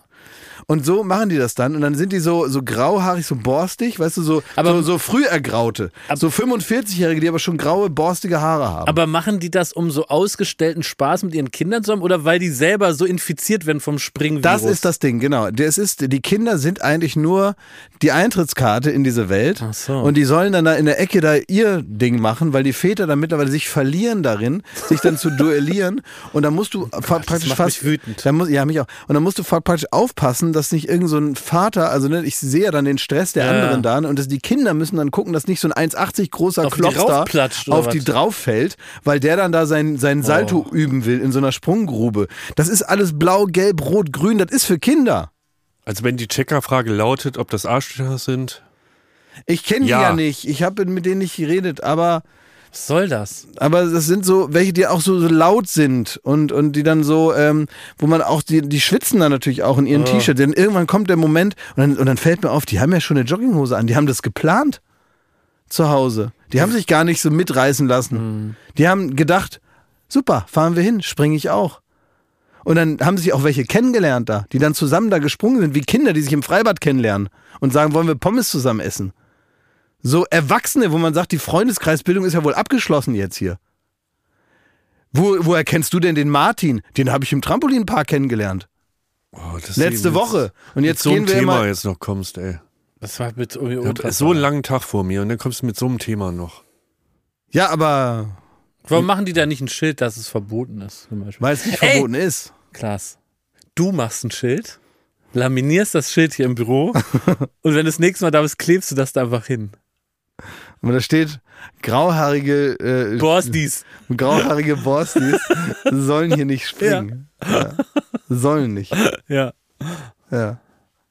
Und so machen die das dann und dann sind die so, so grauhaarig, so borstig, weißt du, so, Aber- so, so früh ergraute. So 45-Jährige, die aber schon graue, borstige Haare haben. Aber machen die das, um so ausgestellten Spaß mit ihren Kindern zu haben oder weil die selber so infiziert werden vom Springvirus? das ist das Ding, genau. Das ist, die Kinder sind eigentlich nur die Eintrittskarte in diese Welt. Ach so. Und die sollen dann da in der Ecke da ihr Ding machen, weil die Väter dann mittlerweile sich verlieren darin, sich dann *laughs* zu duellieren. Und dann musst du fa- praktisch macht fast. mich wütend. Dann muss, ja, mich auch. Und dann musst du fa- praktisch aufpassen, dass nicht irgend so ein Vater, also ne, ich sehe ja dann den Stress der Ja. anderen da. ne, Und dass die Kinder müssen dann gucken, dass nicht so ein 1,80 großer Auf die Klops da draufplatscht, oder auf was? die drauf fällt, weil der dann da sein, sein Salto üben will in so einer Sprunggrube. Das ist alles blau, gelb, rot, grün, das ist für Kinder. Also wenn die Checkerfrage lautet, ob das Arschlöcher sind. Ich kenne die Ja. ja nicht, ich habe mit denen nicht geredet, aber Was soll das? Aber das sind so welche, die auch so, so laut sind und, und die dann so, ähm, wo man auch, die, die schwitzen dann natürlich auch in ihren T-Shirts. Denn irgendwann kommt der Moment und dann, und dann fällt mir auf, die haben ja schon eine Jogginghose an, die haben das geplant zu Hause. Die haben sich gar nicht so mitreißen lassen. Die haben gedacht, super, fahren wir hin, springe ich auch. Und dann haben sich auch welche kennengelernt da, die dann zusammen da gesprungen sind, wie Kinder, die sich im Freibad kennenlernen und sagen, wollen wir Pommes zusammen essen. So Erwachsene, wo man sagt, die Freundeskreisbildung ist ja wohl abgeschlossen jetzt hier. Wo, woher kennst du denn den Martin? Den habe ich im Trampolinpark kennengelernt. Oh, dass du Letzte jetzt Woche. Und Mit jetzt so einem gehen wir Thema immer. jetzt noch kommst, ey. Das war mit irgendwie Ich hab so einen langen Tag vor mir und dann kommst du mit so einem Thema noch. Ja, aber Warum machen die da nicht ein Schild, dass es verboten ist? Zum Beispiel? weil es nicht Ey! verboten ist. Klaas, du machst ein Schild, laminierst das Schild hier im Büro und wenn du das nächste Mal da bist, klebst du das da einfach hin. Und da steht, grauhaarige, äh, Borsties. grauhaarige Borsties sollen hier nicht springen. Ja. Sollen nicht. Ja, Ja.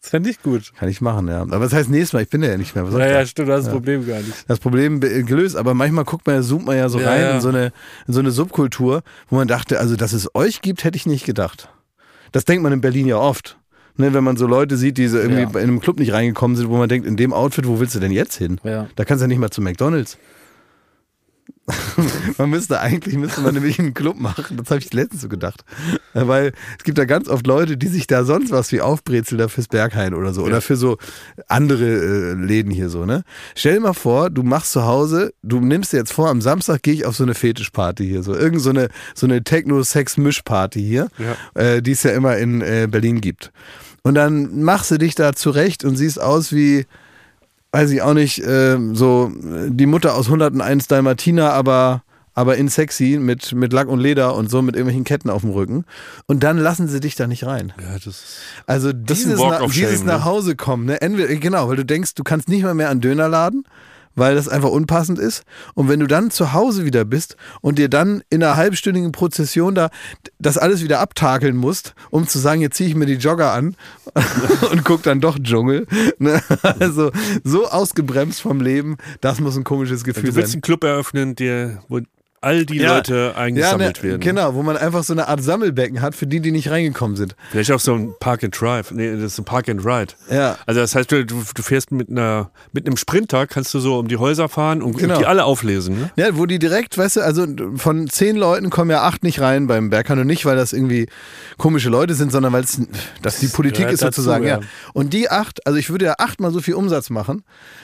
das fände ich gut. Kann ich machen, ja. Aber was heißt nächstes Mal? Ich bin ja nicht mehr. Was soll ich Naja, da? stimmt, du hast das Problem gar nicht. das Problem be- gelöst. Aber manchmal guckt man ja, zoomt man ja so Ja, rein ja. In, so eine, in so eine Subkultur, wo man dachte, also dass es euch gibt, hätte ich nicht gedacht. Das denkt man in Berlin ja oft. Ne, wenn man so Leute sieht, die so irgendwie Ja. bei- in einem Club nicht reingekommen sind, wo man denkt, in dem Outfit, wo willst du denn jetzt hin? Ja. Da kannst du ja nicht mal zu McDonalds. man müsste eigentlich, müsste man nämlich einen Club machen. Das habe ich letztens so gedacht. Äh, Weil es gibt da ganz oft Leute, die sich da sonst was wie Aufbrezel da fürs Berghain oder so. Oder für so andere äh, Läden hier so, ne? Stell dir mal vor, du machst zu Hause, du nimmst dir jetzt vor, am Samstag gehe ich auf so eine Fetischparty hier. So irgend so eine, so eine Techno-Sex-Mischparty hier, äh, die es ja immer in äh, Berlin gibt. Und dann machst du dich da zurecht und siehst aus wie, weiß ich auch nicht, ähm, so äh, die Mutter aus 101 Dalmatiner, aber, aber in sexy mit, mit Lack und Leder und so mit irgendwelchen Ketten auf dem Rücken. Und dann lassen sie dich da nicht rein. Ja, das ist Also ist dieses, ein Walk nach, of dieses Shame, ne? nach Hause kommen, ne? Entweder, genau, weil du denkst, du kannst nicht mal mehr an Döner laden, weil das einfach unpassend ist. Und wenn du dann zu Hause wieder bist und dir dann in einer halbstündigen Prozession da das alles wieder abtakeln musst, um zu sagen, jetzt ziehe ich mir die Jogger an *laughs* und guck dann doch Dschungel. Ne? Also so ausgebremst vom Leben, das muss ein komisches Gefühl Du willst sein. einen Club eröffnen, der, wo all die Ja. Leute eingesammelt ne, werden. Genau, wo man einfach so eine Art Sammelbecken hat für die, die nicht reingekommen sind. Vielleicht auch so ein Park and Drive. Nee, das ist ein Park and Ride. Ja. Also das heißt, du, du du fährst mit einer mit einem Sprinter, kannst du so um die Häuser fahren und, Genau. und die alle auflesen. Ne? Ja, wo die direkt, weißt du, also von zehn Leuten kommen ja acht nicht rein beim Berghain und nicht, weil das irgendwie komische Leute sind, sondern weil es dass die Politik gehört ist sozusagen, ja. dazu, ja. Und die acht, also ich würde ja achtmal so viel Umsatz machen.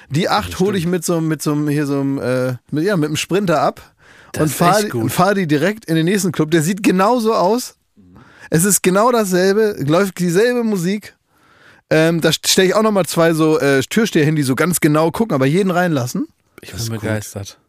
Die acht hole ich mit so einem, mit so einem, hier so einem, äh, mit, ja, mit einem Sprinter ab und ist fahre echt gut. fahr die direkt in den nächsten Club. Der sieht genauso aus. Es ist genau dasselbe, läuft dieselbe Musik. Ähm, da stelle ich auch nochmal zwei so äh, Türsteher hin, die so ganz genau gucken, aber jeden reinlassen. Ich Das ist bin begeistert.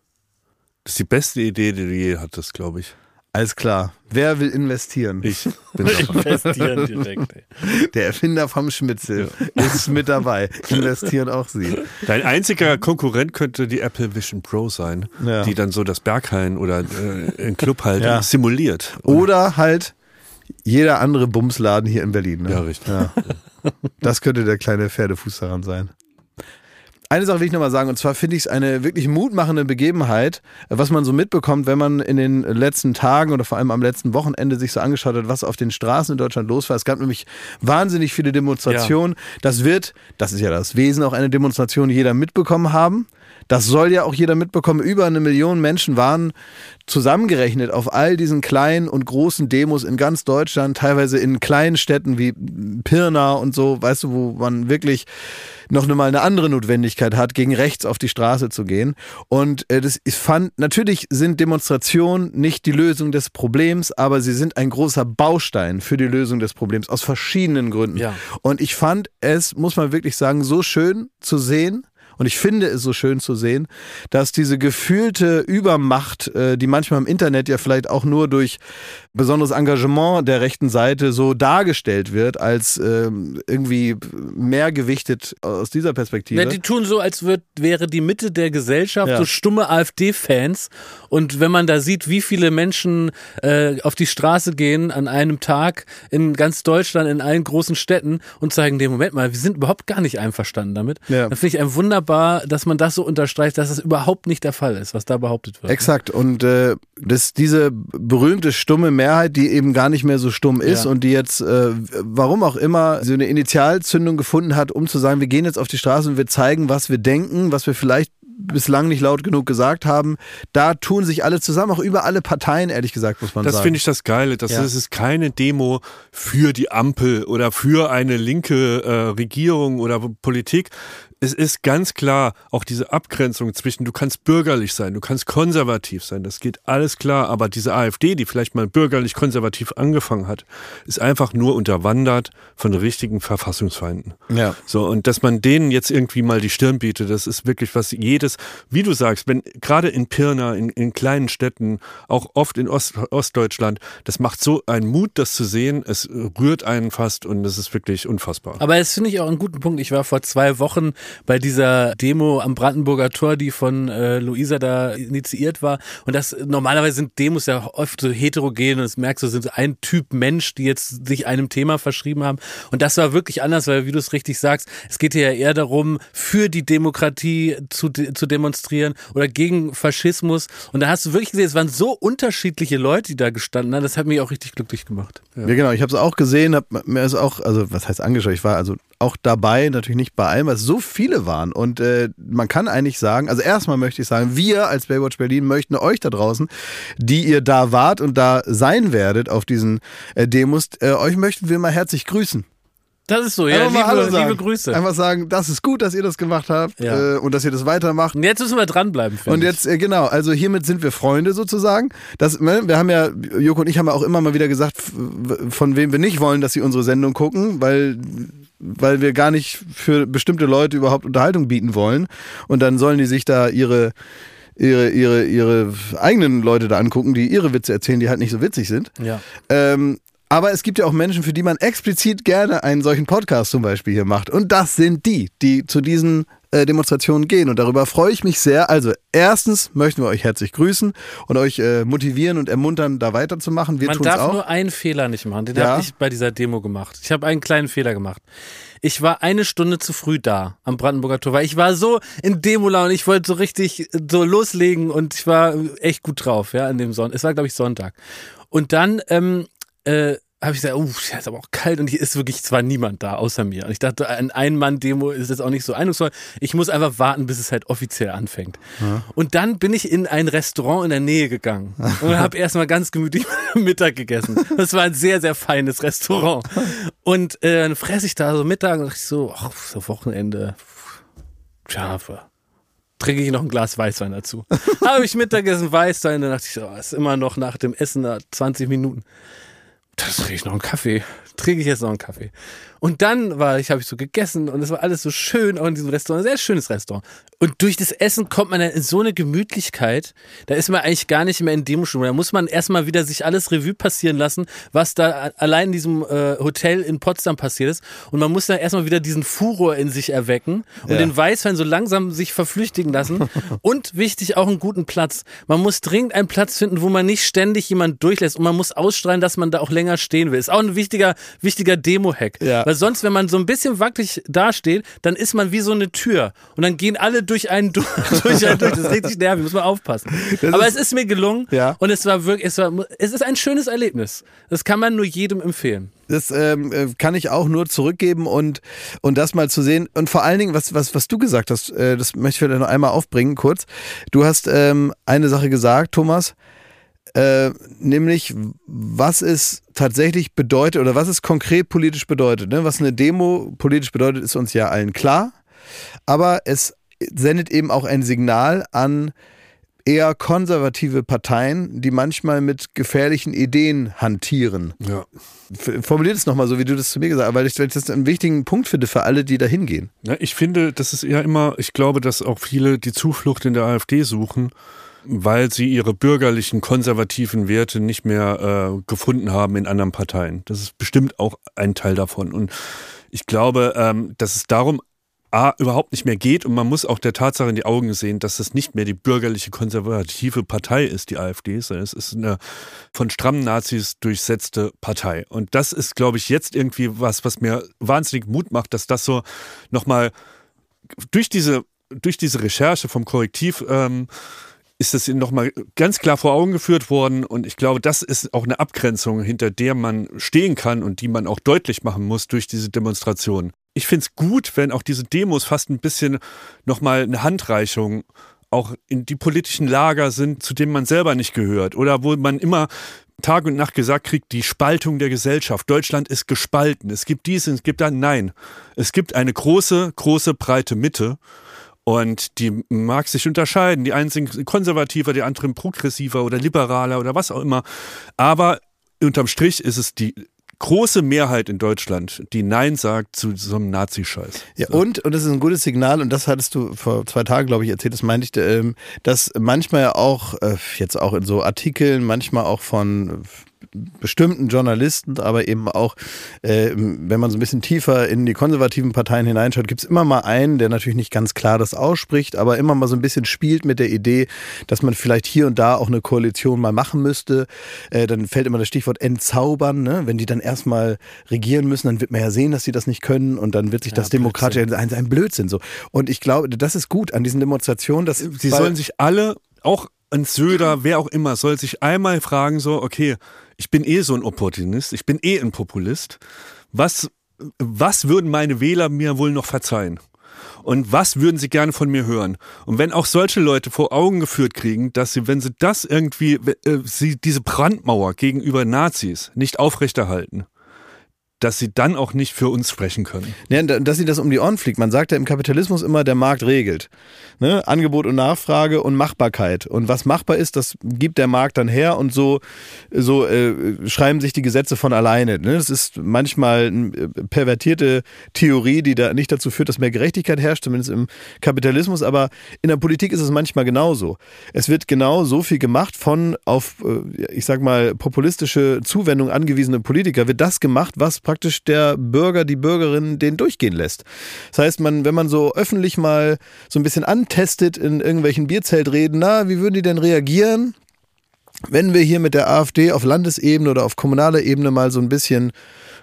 Das ist die beste Idee, die du je hattest, glaube ich. Alles klar. Wer will investieren? *laughs* Ich bin dabei. Investieren direkt. Ey. Der Erfinder vom Schmitzel ist mit dabei. Investieren auch Sie. Dein einziger Konkurrent könnte die Apple Vision Pro sein, Ja. die dann so das Berghain oder äh, einen Club halt Ja. simuliert. Oder halt jeder andere Bumsladen hier in Berlin. Ne? Ja, richtig. Ja. Das könnte der kleine Pferdefuß daran sein. Eine Sache will ich nochmal sagen, und zwar finde ich es eine wirklich mutmachende Begebenheit, was man so mitbekommt, wenn man in den letzten Tagen oder vor allem am letzten Wochenende sich so angeschaut hat, was auf den Straßen in Deutschland los war. Es gab nämlich wahnsinnig viele Demonstrationen. Das wird, das ist ja das Wesen, auch eine Demonstration jeder mitbekommen haben. Das soll ja auch jeder mitbekommen. Über eine Million Menschen waren zusammengerechnet auf all diesen kleinen und großen Demos in ganz Deutschland, teilweise in kleinen Städten wie Pirna und so, weißt du, wo man wirklich noch mal eine andere Notwendigkeit hat, gegen rechts auf die Straße zu gehen. Und äh, das ich fand, natürlich sind Demonstrationen nicht die Lösung des Problems, aber sie sind ein großer Baustein für die Lösung des Problems aus verschiedenen Gründen. Ja. Und ich fand es, muss man wirklich sagen, so schön zu sehen. Und ich finde es so schön zu sehen, dass diese gefühlte Übermacht, äh, die manchmal im Internet ja vielleicht auch nur durch besonderes Engagement der rechten Seite so dargestellt wird, als ähm, irgendwie mehr gewichtet aus dieser Perspektive. Ja, Ne, die tun so, als würd, wäre die Mitte der Gesellschaft Ja. so stumme AfD-Fans. Und wenn man da sieht, wie viele Menschen äh, auf die Straße gehen an einem Tag in ganz Deutschland, in allen großen Städten und zeigen dem Moment mal, wir sind überhaupt gar nicht einverstanden damit, Ja. dann finde ich ein wunder, wunderbar, dass man das so unterstreicht, dass es überhaupt nicht der Fall ist, was da behauptet Mhm. wird. Exakt. Und äh, das, diese berühmte stumme Mehrheit, die eben gar nicht mehr so stumm ist Ja. und die jetzt, äh, warum auch immer, so eine Initialzündung gefunden hat, um zu sagen, wir gehen jetzt auf die Straße und wir zeigen, was wir denken, was wir vielleicht bislang nicht laut genug gesagt haben. Da tun sich alle zusammen, auch über alle Parteien, ehrlich gesagt, muss man Das sagen. finde ich das Geile. Das Ja. ist, es ist keine Demo für die Ampel oder für eine linke äh, Regierung oder Politik. Es ist ganz klar auch diese Abgrenzung zwischen, du kannst bürgerlich sein, du kannst konservativ sein, das geht alles klar, aber diese AfD, die vielleicht mal bürgerlich-konservativ angefangen hat, ist einfach nur unterwandert von richtigen Verfassungsfeinden. Ja. So, und dass man denen jetzt irgendwie mal die Stirn bietet, das ist wirklich was jedes, wie du sagst, wenn gerade in Pirna, in, in kleinen Städten, auch oft in Ost, Ostdeutschland, das macht so einen Mut, das zu sehen. Es rührt einen fast und es ist wirklich unfassbar. Aber das finde ich auch einen guten Punkt. Ich war vor zwei Wochen bei dieser Demo am Brandenburger Tor, die von äh, Luisa da initiiert war. Und das normalerweise sind Demos ja oft so heterogen und das merkst du, sind so ein Typ Mensch, die jetzt sich einem Thema verschrieben haben. Und das war wirklich anders, weil wie du es richtig sagst, es geht hier ja eher darum, für die Demokratie zu, de zu demonstrieren oder gegen Faschismus. Und da hast du wirklich gesehen, es waren so unterschiedliche Leute, die da gestanden haben. Das hat mich auch richtig glücklich gemacht. Ja, genau. Ich habe es auch gesehen, hab mir es auch, also was heißt angeschaut? Ich war also auch dabei, natürlich nicht bei allem, weil es so viele waren. Und äh, man kann eigentlich sagen, also erstmal möchte ich sagen, wir als Baywatch Berlin möchten euch da draußen, die ihr da wart und da sein werdet auf diesen äh, Demos, äh, euch möchten wir mal herzlich grüßen. Das ist so, ja, Einfach mal Hallo liebe, sagen. liebe Grüße. Einfach sagen, das ist gut, dass ihr das gemacht habt Ja. äh, und dass ihr das weitermacht. Und jetzt müssen wir dranbleiben. finde Und ich. jetzt, äh, genau, also hiermit sind wir Freunde sozusagen. Das, ne, wir haben ja, Joko und ich haben ja auch immer mal wieder gesagt, f- w- von wem wir nicht wollen, dass sie unsere Sendung gucken, weil, weil wir gar nicht für bestimmte Leute überhaupt Unterhaltung bieten wollen. Und dann sollen die sich da ihre, ihre, ihre, ihre eigenen Leute da angucken, die ihre Witze erzählen, die halt nicht so witzig sind. Ja. Ähm, aber es gibt ja auch Menschen, für die man explizit gerne einen solchen Podcast zum Beispiel hier macht. Und das sind die, die zu diesen äh, Demonstrationen gehen. Und darüber freue ich mich sehr. Also erstens möchten wir euch herzlich grüßen und euch äh, motivieren und ermuntern, da weiterzumachen. Wir Man tun es darf auch. nur einen Fehler nicht machen. Den Ja. habe ich bei dieser Demo gemacht. Ich habe einen kleinen Fehler gemacht. Ich war eine Stunde zu früh da am Brandenburger Tor, weil ich war so in Demo-Laune. Ich wollte so richtig äh, so loslegen und ich war echt gut drauf, ja, an dem Sonntag. Es war, glaube ich, Sonntag. Und dann ähm, äh, habe ich gesagt, oh, es ist aber auch kalt und hier ist wirklich zwar niemand da außer mir. Und ich dachte, ein Ein-Mann-Demo ist jetzt auch nicht so eindrucksvoll. Ich muss einfach warten, bis es halt offiziell anfängt. Und dann bin ich in ein Restaurant in der Nähe gegangen und habe erstmal ganz gemütlich *laughs* Mittag gegessen. Das war ein sehr, sehr feines Restaurant. Und äh, dann fresse ich da so Mittag und dachte ich so, ach, so Wochenende, Schafe trinke ich noch ein Glas Weißwein dazu. Habe ich Mittagessen Weißwein, dann dachte ich, oh, ist immer noch nach dem Essen da 20 Minuten. Das trinke ich noch einen Kaffee. Trinke ich jetzt noch einen Kaffee. Und dann war ich, habe ich so gegessen und es war alles so schön, auch in diesem Restaurant, ein sehr schönes Restaurant. Und durch das Essen kommt man dann in so eine Gemütlichkeit, da ist man eigentlich gar nicht mehr in Demo-Stimmung. Da muss man erstmal wieder sich alles Revue passieren lassen, was da allein in diesem äh, Hotel in Potsdam passiert ist. Und man muss dann erstmal wieder diesen Furor in sich erwecken und Ja. den Weißwein so langsam sich *laughs* verflüchtigen lassen und wichtig auch einen guten Platz. Man muss dringend einen Platz finden, wo man nicht ständig jemand durchlässt und man muss ausstrahlen, dass man da auch länger stehen will. Ist auch ein wichtiger wichtiger Demo-Hack, Ja. weil sonst, wenn man so ein bisschen wackelig dasteht, dann ist man wie so eine Tür und dann gehen alle durch einen durch, *laughs* durch, einen durch. das ist richtig nervig, muss man *laughs* aufpassen. Aber es ist mir gelungen Ja. und es war wirklich, es war, es ist ein schönes Erlebnis. Das kann man nur jedem empfehlen. Das ähm, äh, kann ich auch nur zurückgeben und, und das mal zu sehen. Und vor allen Dingen, was, was, was du gesagt hast, äh, das möchte ich vielleicht noch einmal aufbringen, kurz. Du hast ähm, eine Sache gesagt, Thomas, äh, nämlich, was es tatsächlich bedeutet oder was es konkret politisch bedeutet. Ne? Was eine Demo politisch bedeutet, ist uns ja allen klar. Aber es sendet eben auch ein Signal an eher konservative Parteien, die manchmal mit gefährlichen Ideen hantieren. Ja. F- Formulier das nochmal so, wie du das zu mir gesagt hast, weil ich, weil ich das einen wichtigen Punkt finde für alle, die da hingehen. Ja, ich finde, das ist ja immer, ich glaube, dass auch viele die Zuflucht in der AfD suchen, weil sie ihre bürgerlichen, konservativen Werte nicht mehr äh, gefunden haben in anderen Parteien. Das ist bestimmt auch ein Teil davon. Und ich glaube, ähm, dass es darum A, überhaupt nicht mehr geht und man muss auch der Tatsache in die Augen sehen, dass es nicht mehr die bürgerliche konservative Partei ist, die AfD, sondern es ist eine von strammen Nazis durchsetzte Partei. Und das ist, glaube ich, jetzt irgendwie was, was mir wahnsinnig Mut macht, dass das so nochmal durch diese durch diese Recherche vom Korrektiv ähm, ist es ihnen nochmal ganz klar vor Augen geführt worden. Und ich glaube, das ist auch eine Abgrenzung, hinter der man stehen kann und die man auch deutlich machen muss durch diese Demonstration. Ich finde es gut, wenn auch diese Demos fast ein bisschen nochmal eine Handreichung auch in die politischen Lager sind, zu denen man selber nicht gehört oder wo man immer Tag und Nacht gesagt kriegt, die Spaltung der Gesellschaft. Deutschland ist gespalten. Es gibt dies und es gibt das. Nein, es gibt eine große, große, breite Mitte. Und die mag sich unterscheiden. Die einen sind konservativer, die anderen progressiver oder liberaler oder was auch immer. Aber unterm Strich ist es die große Mehrheit in Deutschland, die Nein sagt zu so einem Nazi-Scheiß. Ja, und, und das ist ein gutes Signal, und das hattest du vor zwei Tagen, glaube ich, erzählt, das meinte ich, ähm, dass manchmal ja auch, äh, jetzt auch in so Artikeln, manchmal auch von äh, bestimmten Journalisten, aber eben auch, äh, wenn man so ein bisschen tiefer in die konservativen Parteien hineinschaut, gibt es immer mal einen, der natürlich nicht ganz klar das ausspricht, aber immer mal so ein bisschen spielt mit der Idee, dass man vielleicht hier und da auch eine Koalition mal machen müsste. Äh, dann fällt immer das Stichwort entzaubern. Ne? Wenn die dann erstmal regieren müssen, dann wird man ja sehen, dass sie das nicht können und dann wird sich das demokratisch ein, ein Blödsinn so. Und ich glaube, das ist gut an diesen Demonstrationen, dass Sie weil- sollen sich alle, auch ein Söder, wer auch immer, soll sich einmal fragen, so, okay, ich bin eh so ein Opportunist, ich bin eh ein Populist. Was, was würden meine Wähler mir wohl noch verzeihen? Und was würden sie gerne von mir hören? Und wenn auch solche Leute vor Augen geführt kriegen, dass sie, wenn sie das irgendwie, äh, sie diese Brandmauer gegenüber Nazis nicht aufrechterhalten, dass sie dann auch nicht für uns sprechen können. Ja, und dass sie das um die Ohren fliegt. Man sagt ja im Kapitalismus immer, der Markt regelt. Ne? Angebot und Nachfrage und Machbarkeit. Und was machbar ist, das gibt der Markt dann her und so, so äh, schreiben sich die Gesetze von alleine. Ne? Das ist manchmal eine pervertierte Theorie, die da nicht dazu führt, dass mehr Gerechtigkeit herrscht, zumindest im Kapitalismus. Aber in der Politik ist es manchmal genauso. Es wird genau so viel gemacht von auf, äh, ich sag mal, populistische Zuwendung angewiesene Politiker. Wird das gemacht, was praktisch der Bürger, die Bürgerin den durchgehen lässt. Das heißt, man, wenn man so öffentlich mal so ein bisschen antestet in irgendwelchen Bierzeltreden, na, wie würden die denn reagieren? wenn wir hier mit der AfD auf Landesebene oder auf kommunaler Ebene mal so ein bisschen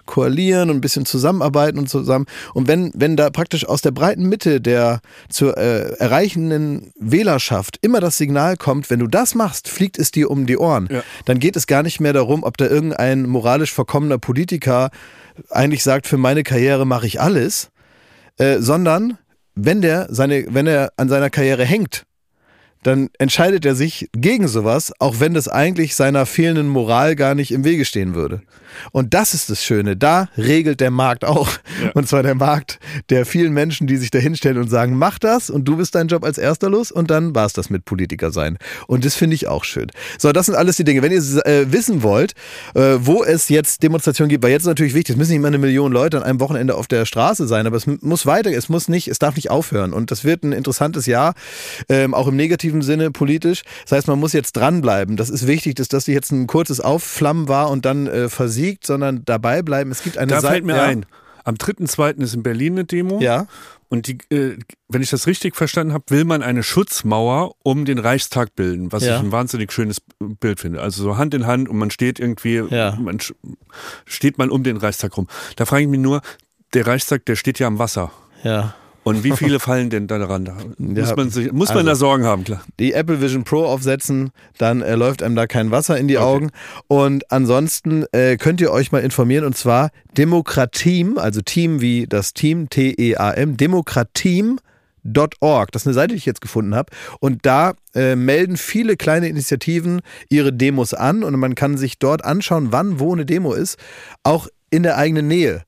koalieren und ein bisschen zusammenarbeiten und zusammen und wenn wenn da praktisch aus der breiten Mitte der zu äh, erreichenden Wählerschaft immer das Signal kommt, wenn du das machst, fliegt es dir um die Ohren, Ja. dann geht es gar nicht mehr darum, ob da irgendein moralisch verkommener Politiker eigentlich sagt, für meine Karriere mache ich alles, äh, sondern wenn der seine wenn er an seiner Karriere hängt, dann entscheidet er sich gegen sowas, auch wenn das eigentlich seiner fehlenden Moral gar nicht im Wege stehen würde. Und das ist das Schöne. Da regelt der Markt auch. Und zwar der Markt der vielen Menschen, die sich da hinstellen und sagen, mach das und du bist deinen Job als Erster los und dann war's das mit Politiker sein. Und das finde ich auch schön. So, das sind alles die Dinge. Wenn ihr äh, wissen wollt, äh, wo es jetzt Demonstrationen gibt, weil jetzt ist natürlich wichtig, es müssen nicht immer eine Million Leute an einem Wochenende auf der Straße sein, aber es m- muss weiter, es muss nicht, es darf nicht aufhören. Und das wird ein interessantes Jahr, ähm, auch im negativen Sinne politisch. Das heißt, man muss jetzt dranbleiben. Das ist wichtig, dass das nicht jetzt ein kurzes Aufflammen war und dann äh, versiegt, sondern dabei bleiben. Es gibt eine Da Seite. fällt mir ja, ein, am 3.2. ist in Berlin eine Demo. Ja. Und die, äh, wenn ich das richtig verstanden habe, will man eine Schutzmauer um den Reichstag bilden, was Ja. ich ein wahnsinnig schönes Bild finde. Also so Hand in Hand und man steht irgendwie, Ja. man sch- steht man um den Reichstag rum. Da frage ich mich nur, der Reichstag, der steht ja am Wasser. Ja. Und wie *laughs* viele fallen denn da ran? Da muss man, sich, muss man also- da Sorgen haben, klar. die Apple Vision Pro aufsetzen, dann äh, läuft einem da kein Wasser in die Augen. Und ansonsten äh, könnt ihr euch mal informieren und zwar Demokrateam, also Team wie das Team, E T-E-A-M, Demokrateam. .org. Das ist eine Seite, die ich jetzt gefunden habe. Und da äh, melden viele kleine Initiativen ihre Demos an und man kann sich dort anschauen, wann wo eine Demo ist, auch in der eigenen Nähe.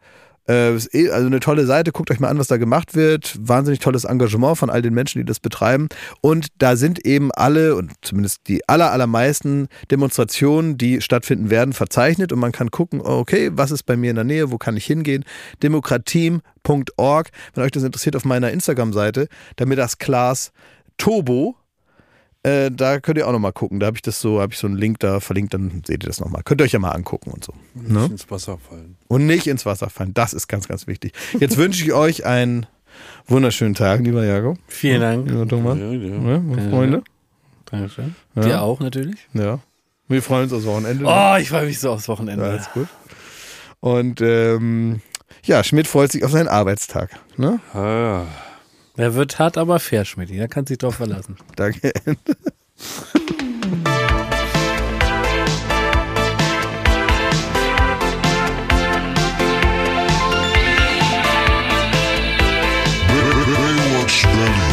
Äh, ist eh- Also eine tolle Seite, guckt euch mal an, was da gemacht wird. Wahnsinnig tolles Engagement von all den Menschen, die das betreiben. Und da sind eben alle und zumindest die aller, allermeisten Demonstrationen, die stattfinden werden, verzeichnet. Und man kann gucken, oh, okay, was ist bei mir in der Nähe, wo kann ich hingehen? Demokratiem.org, wenn euch das interessiert, auf meiner Instagram-Seite, damit das Klaas Tobo. Äh, da könnt ihr auch nochmal gucken. Da habe ich das so, habe ich so einen Link da verlinkt, dann seht ihr das nochmal. Könnt ihr euch ja mal angucken und so. Nicht Ins Wasser fallen. Und nicht ins Wasser fallen. Das ist ganz, ganz wichtig. Jetzt wünsche ich euch einen wunderschönen Tag, lieber Jago, Vielen Dank. lieber Thomas, Ja, ja. ne, meine Freunde. Dankeschön. Dir auch natürlich. Ja. Wir freuen uns aufs Wochenende. Oh, ich freue mich so aufs Wochenende. Ja, alles gut. Und ähm, ja, Schmidt freut sich auf seinen Arbeitstag. Ne? Ah, Der wird hart, aber fair, Schmidti. Da kannst du dich drauf verlassen. Danke. Baywatch Berlin.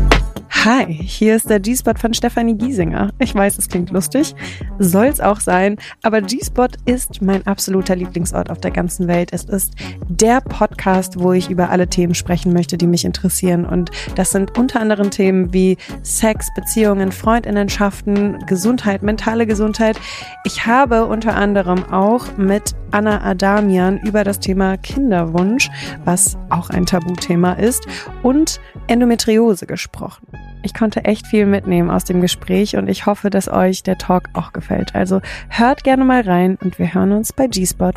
Hi, hier ist der G-Spot von Stefanie Giesinger. Ich weiß, es klingt lustig, soll's auch sein, aber G-Spot ist mein absoluter Lieblingsort auf der ganzen Welt. Es ist der Podcast, wo ich über alle Themen sprechen möchte, die mich interessieren. Und das sind unter anderem Themen wie Sex, Beziehungen, Freundinnenschaften, Gesundheit, mentale Gesundheit. Ich habe unter anderem auch mit Anna Adamian über das Thema Kinderwunsch, was auch ein Tabuthema ist, und Endometriose gesprochen. Ich konnte echt viel mitnehmen aus dem Gespräch und ich hoffe, dass euch der Talk auch gefällt. Also hört gerne mal rein und wir hören uns bei G-Spot.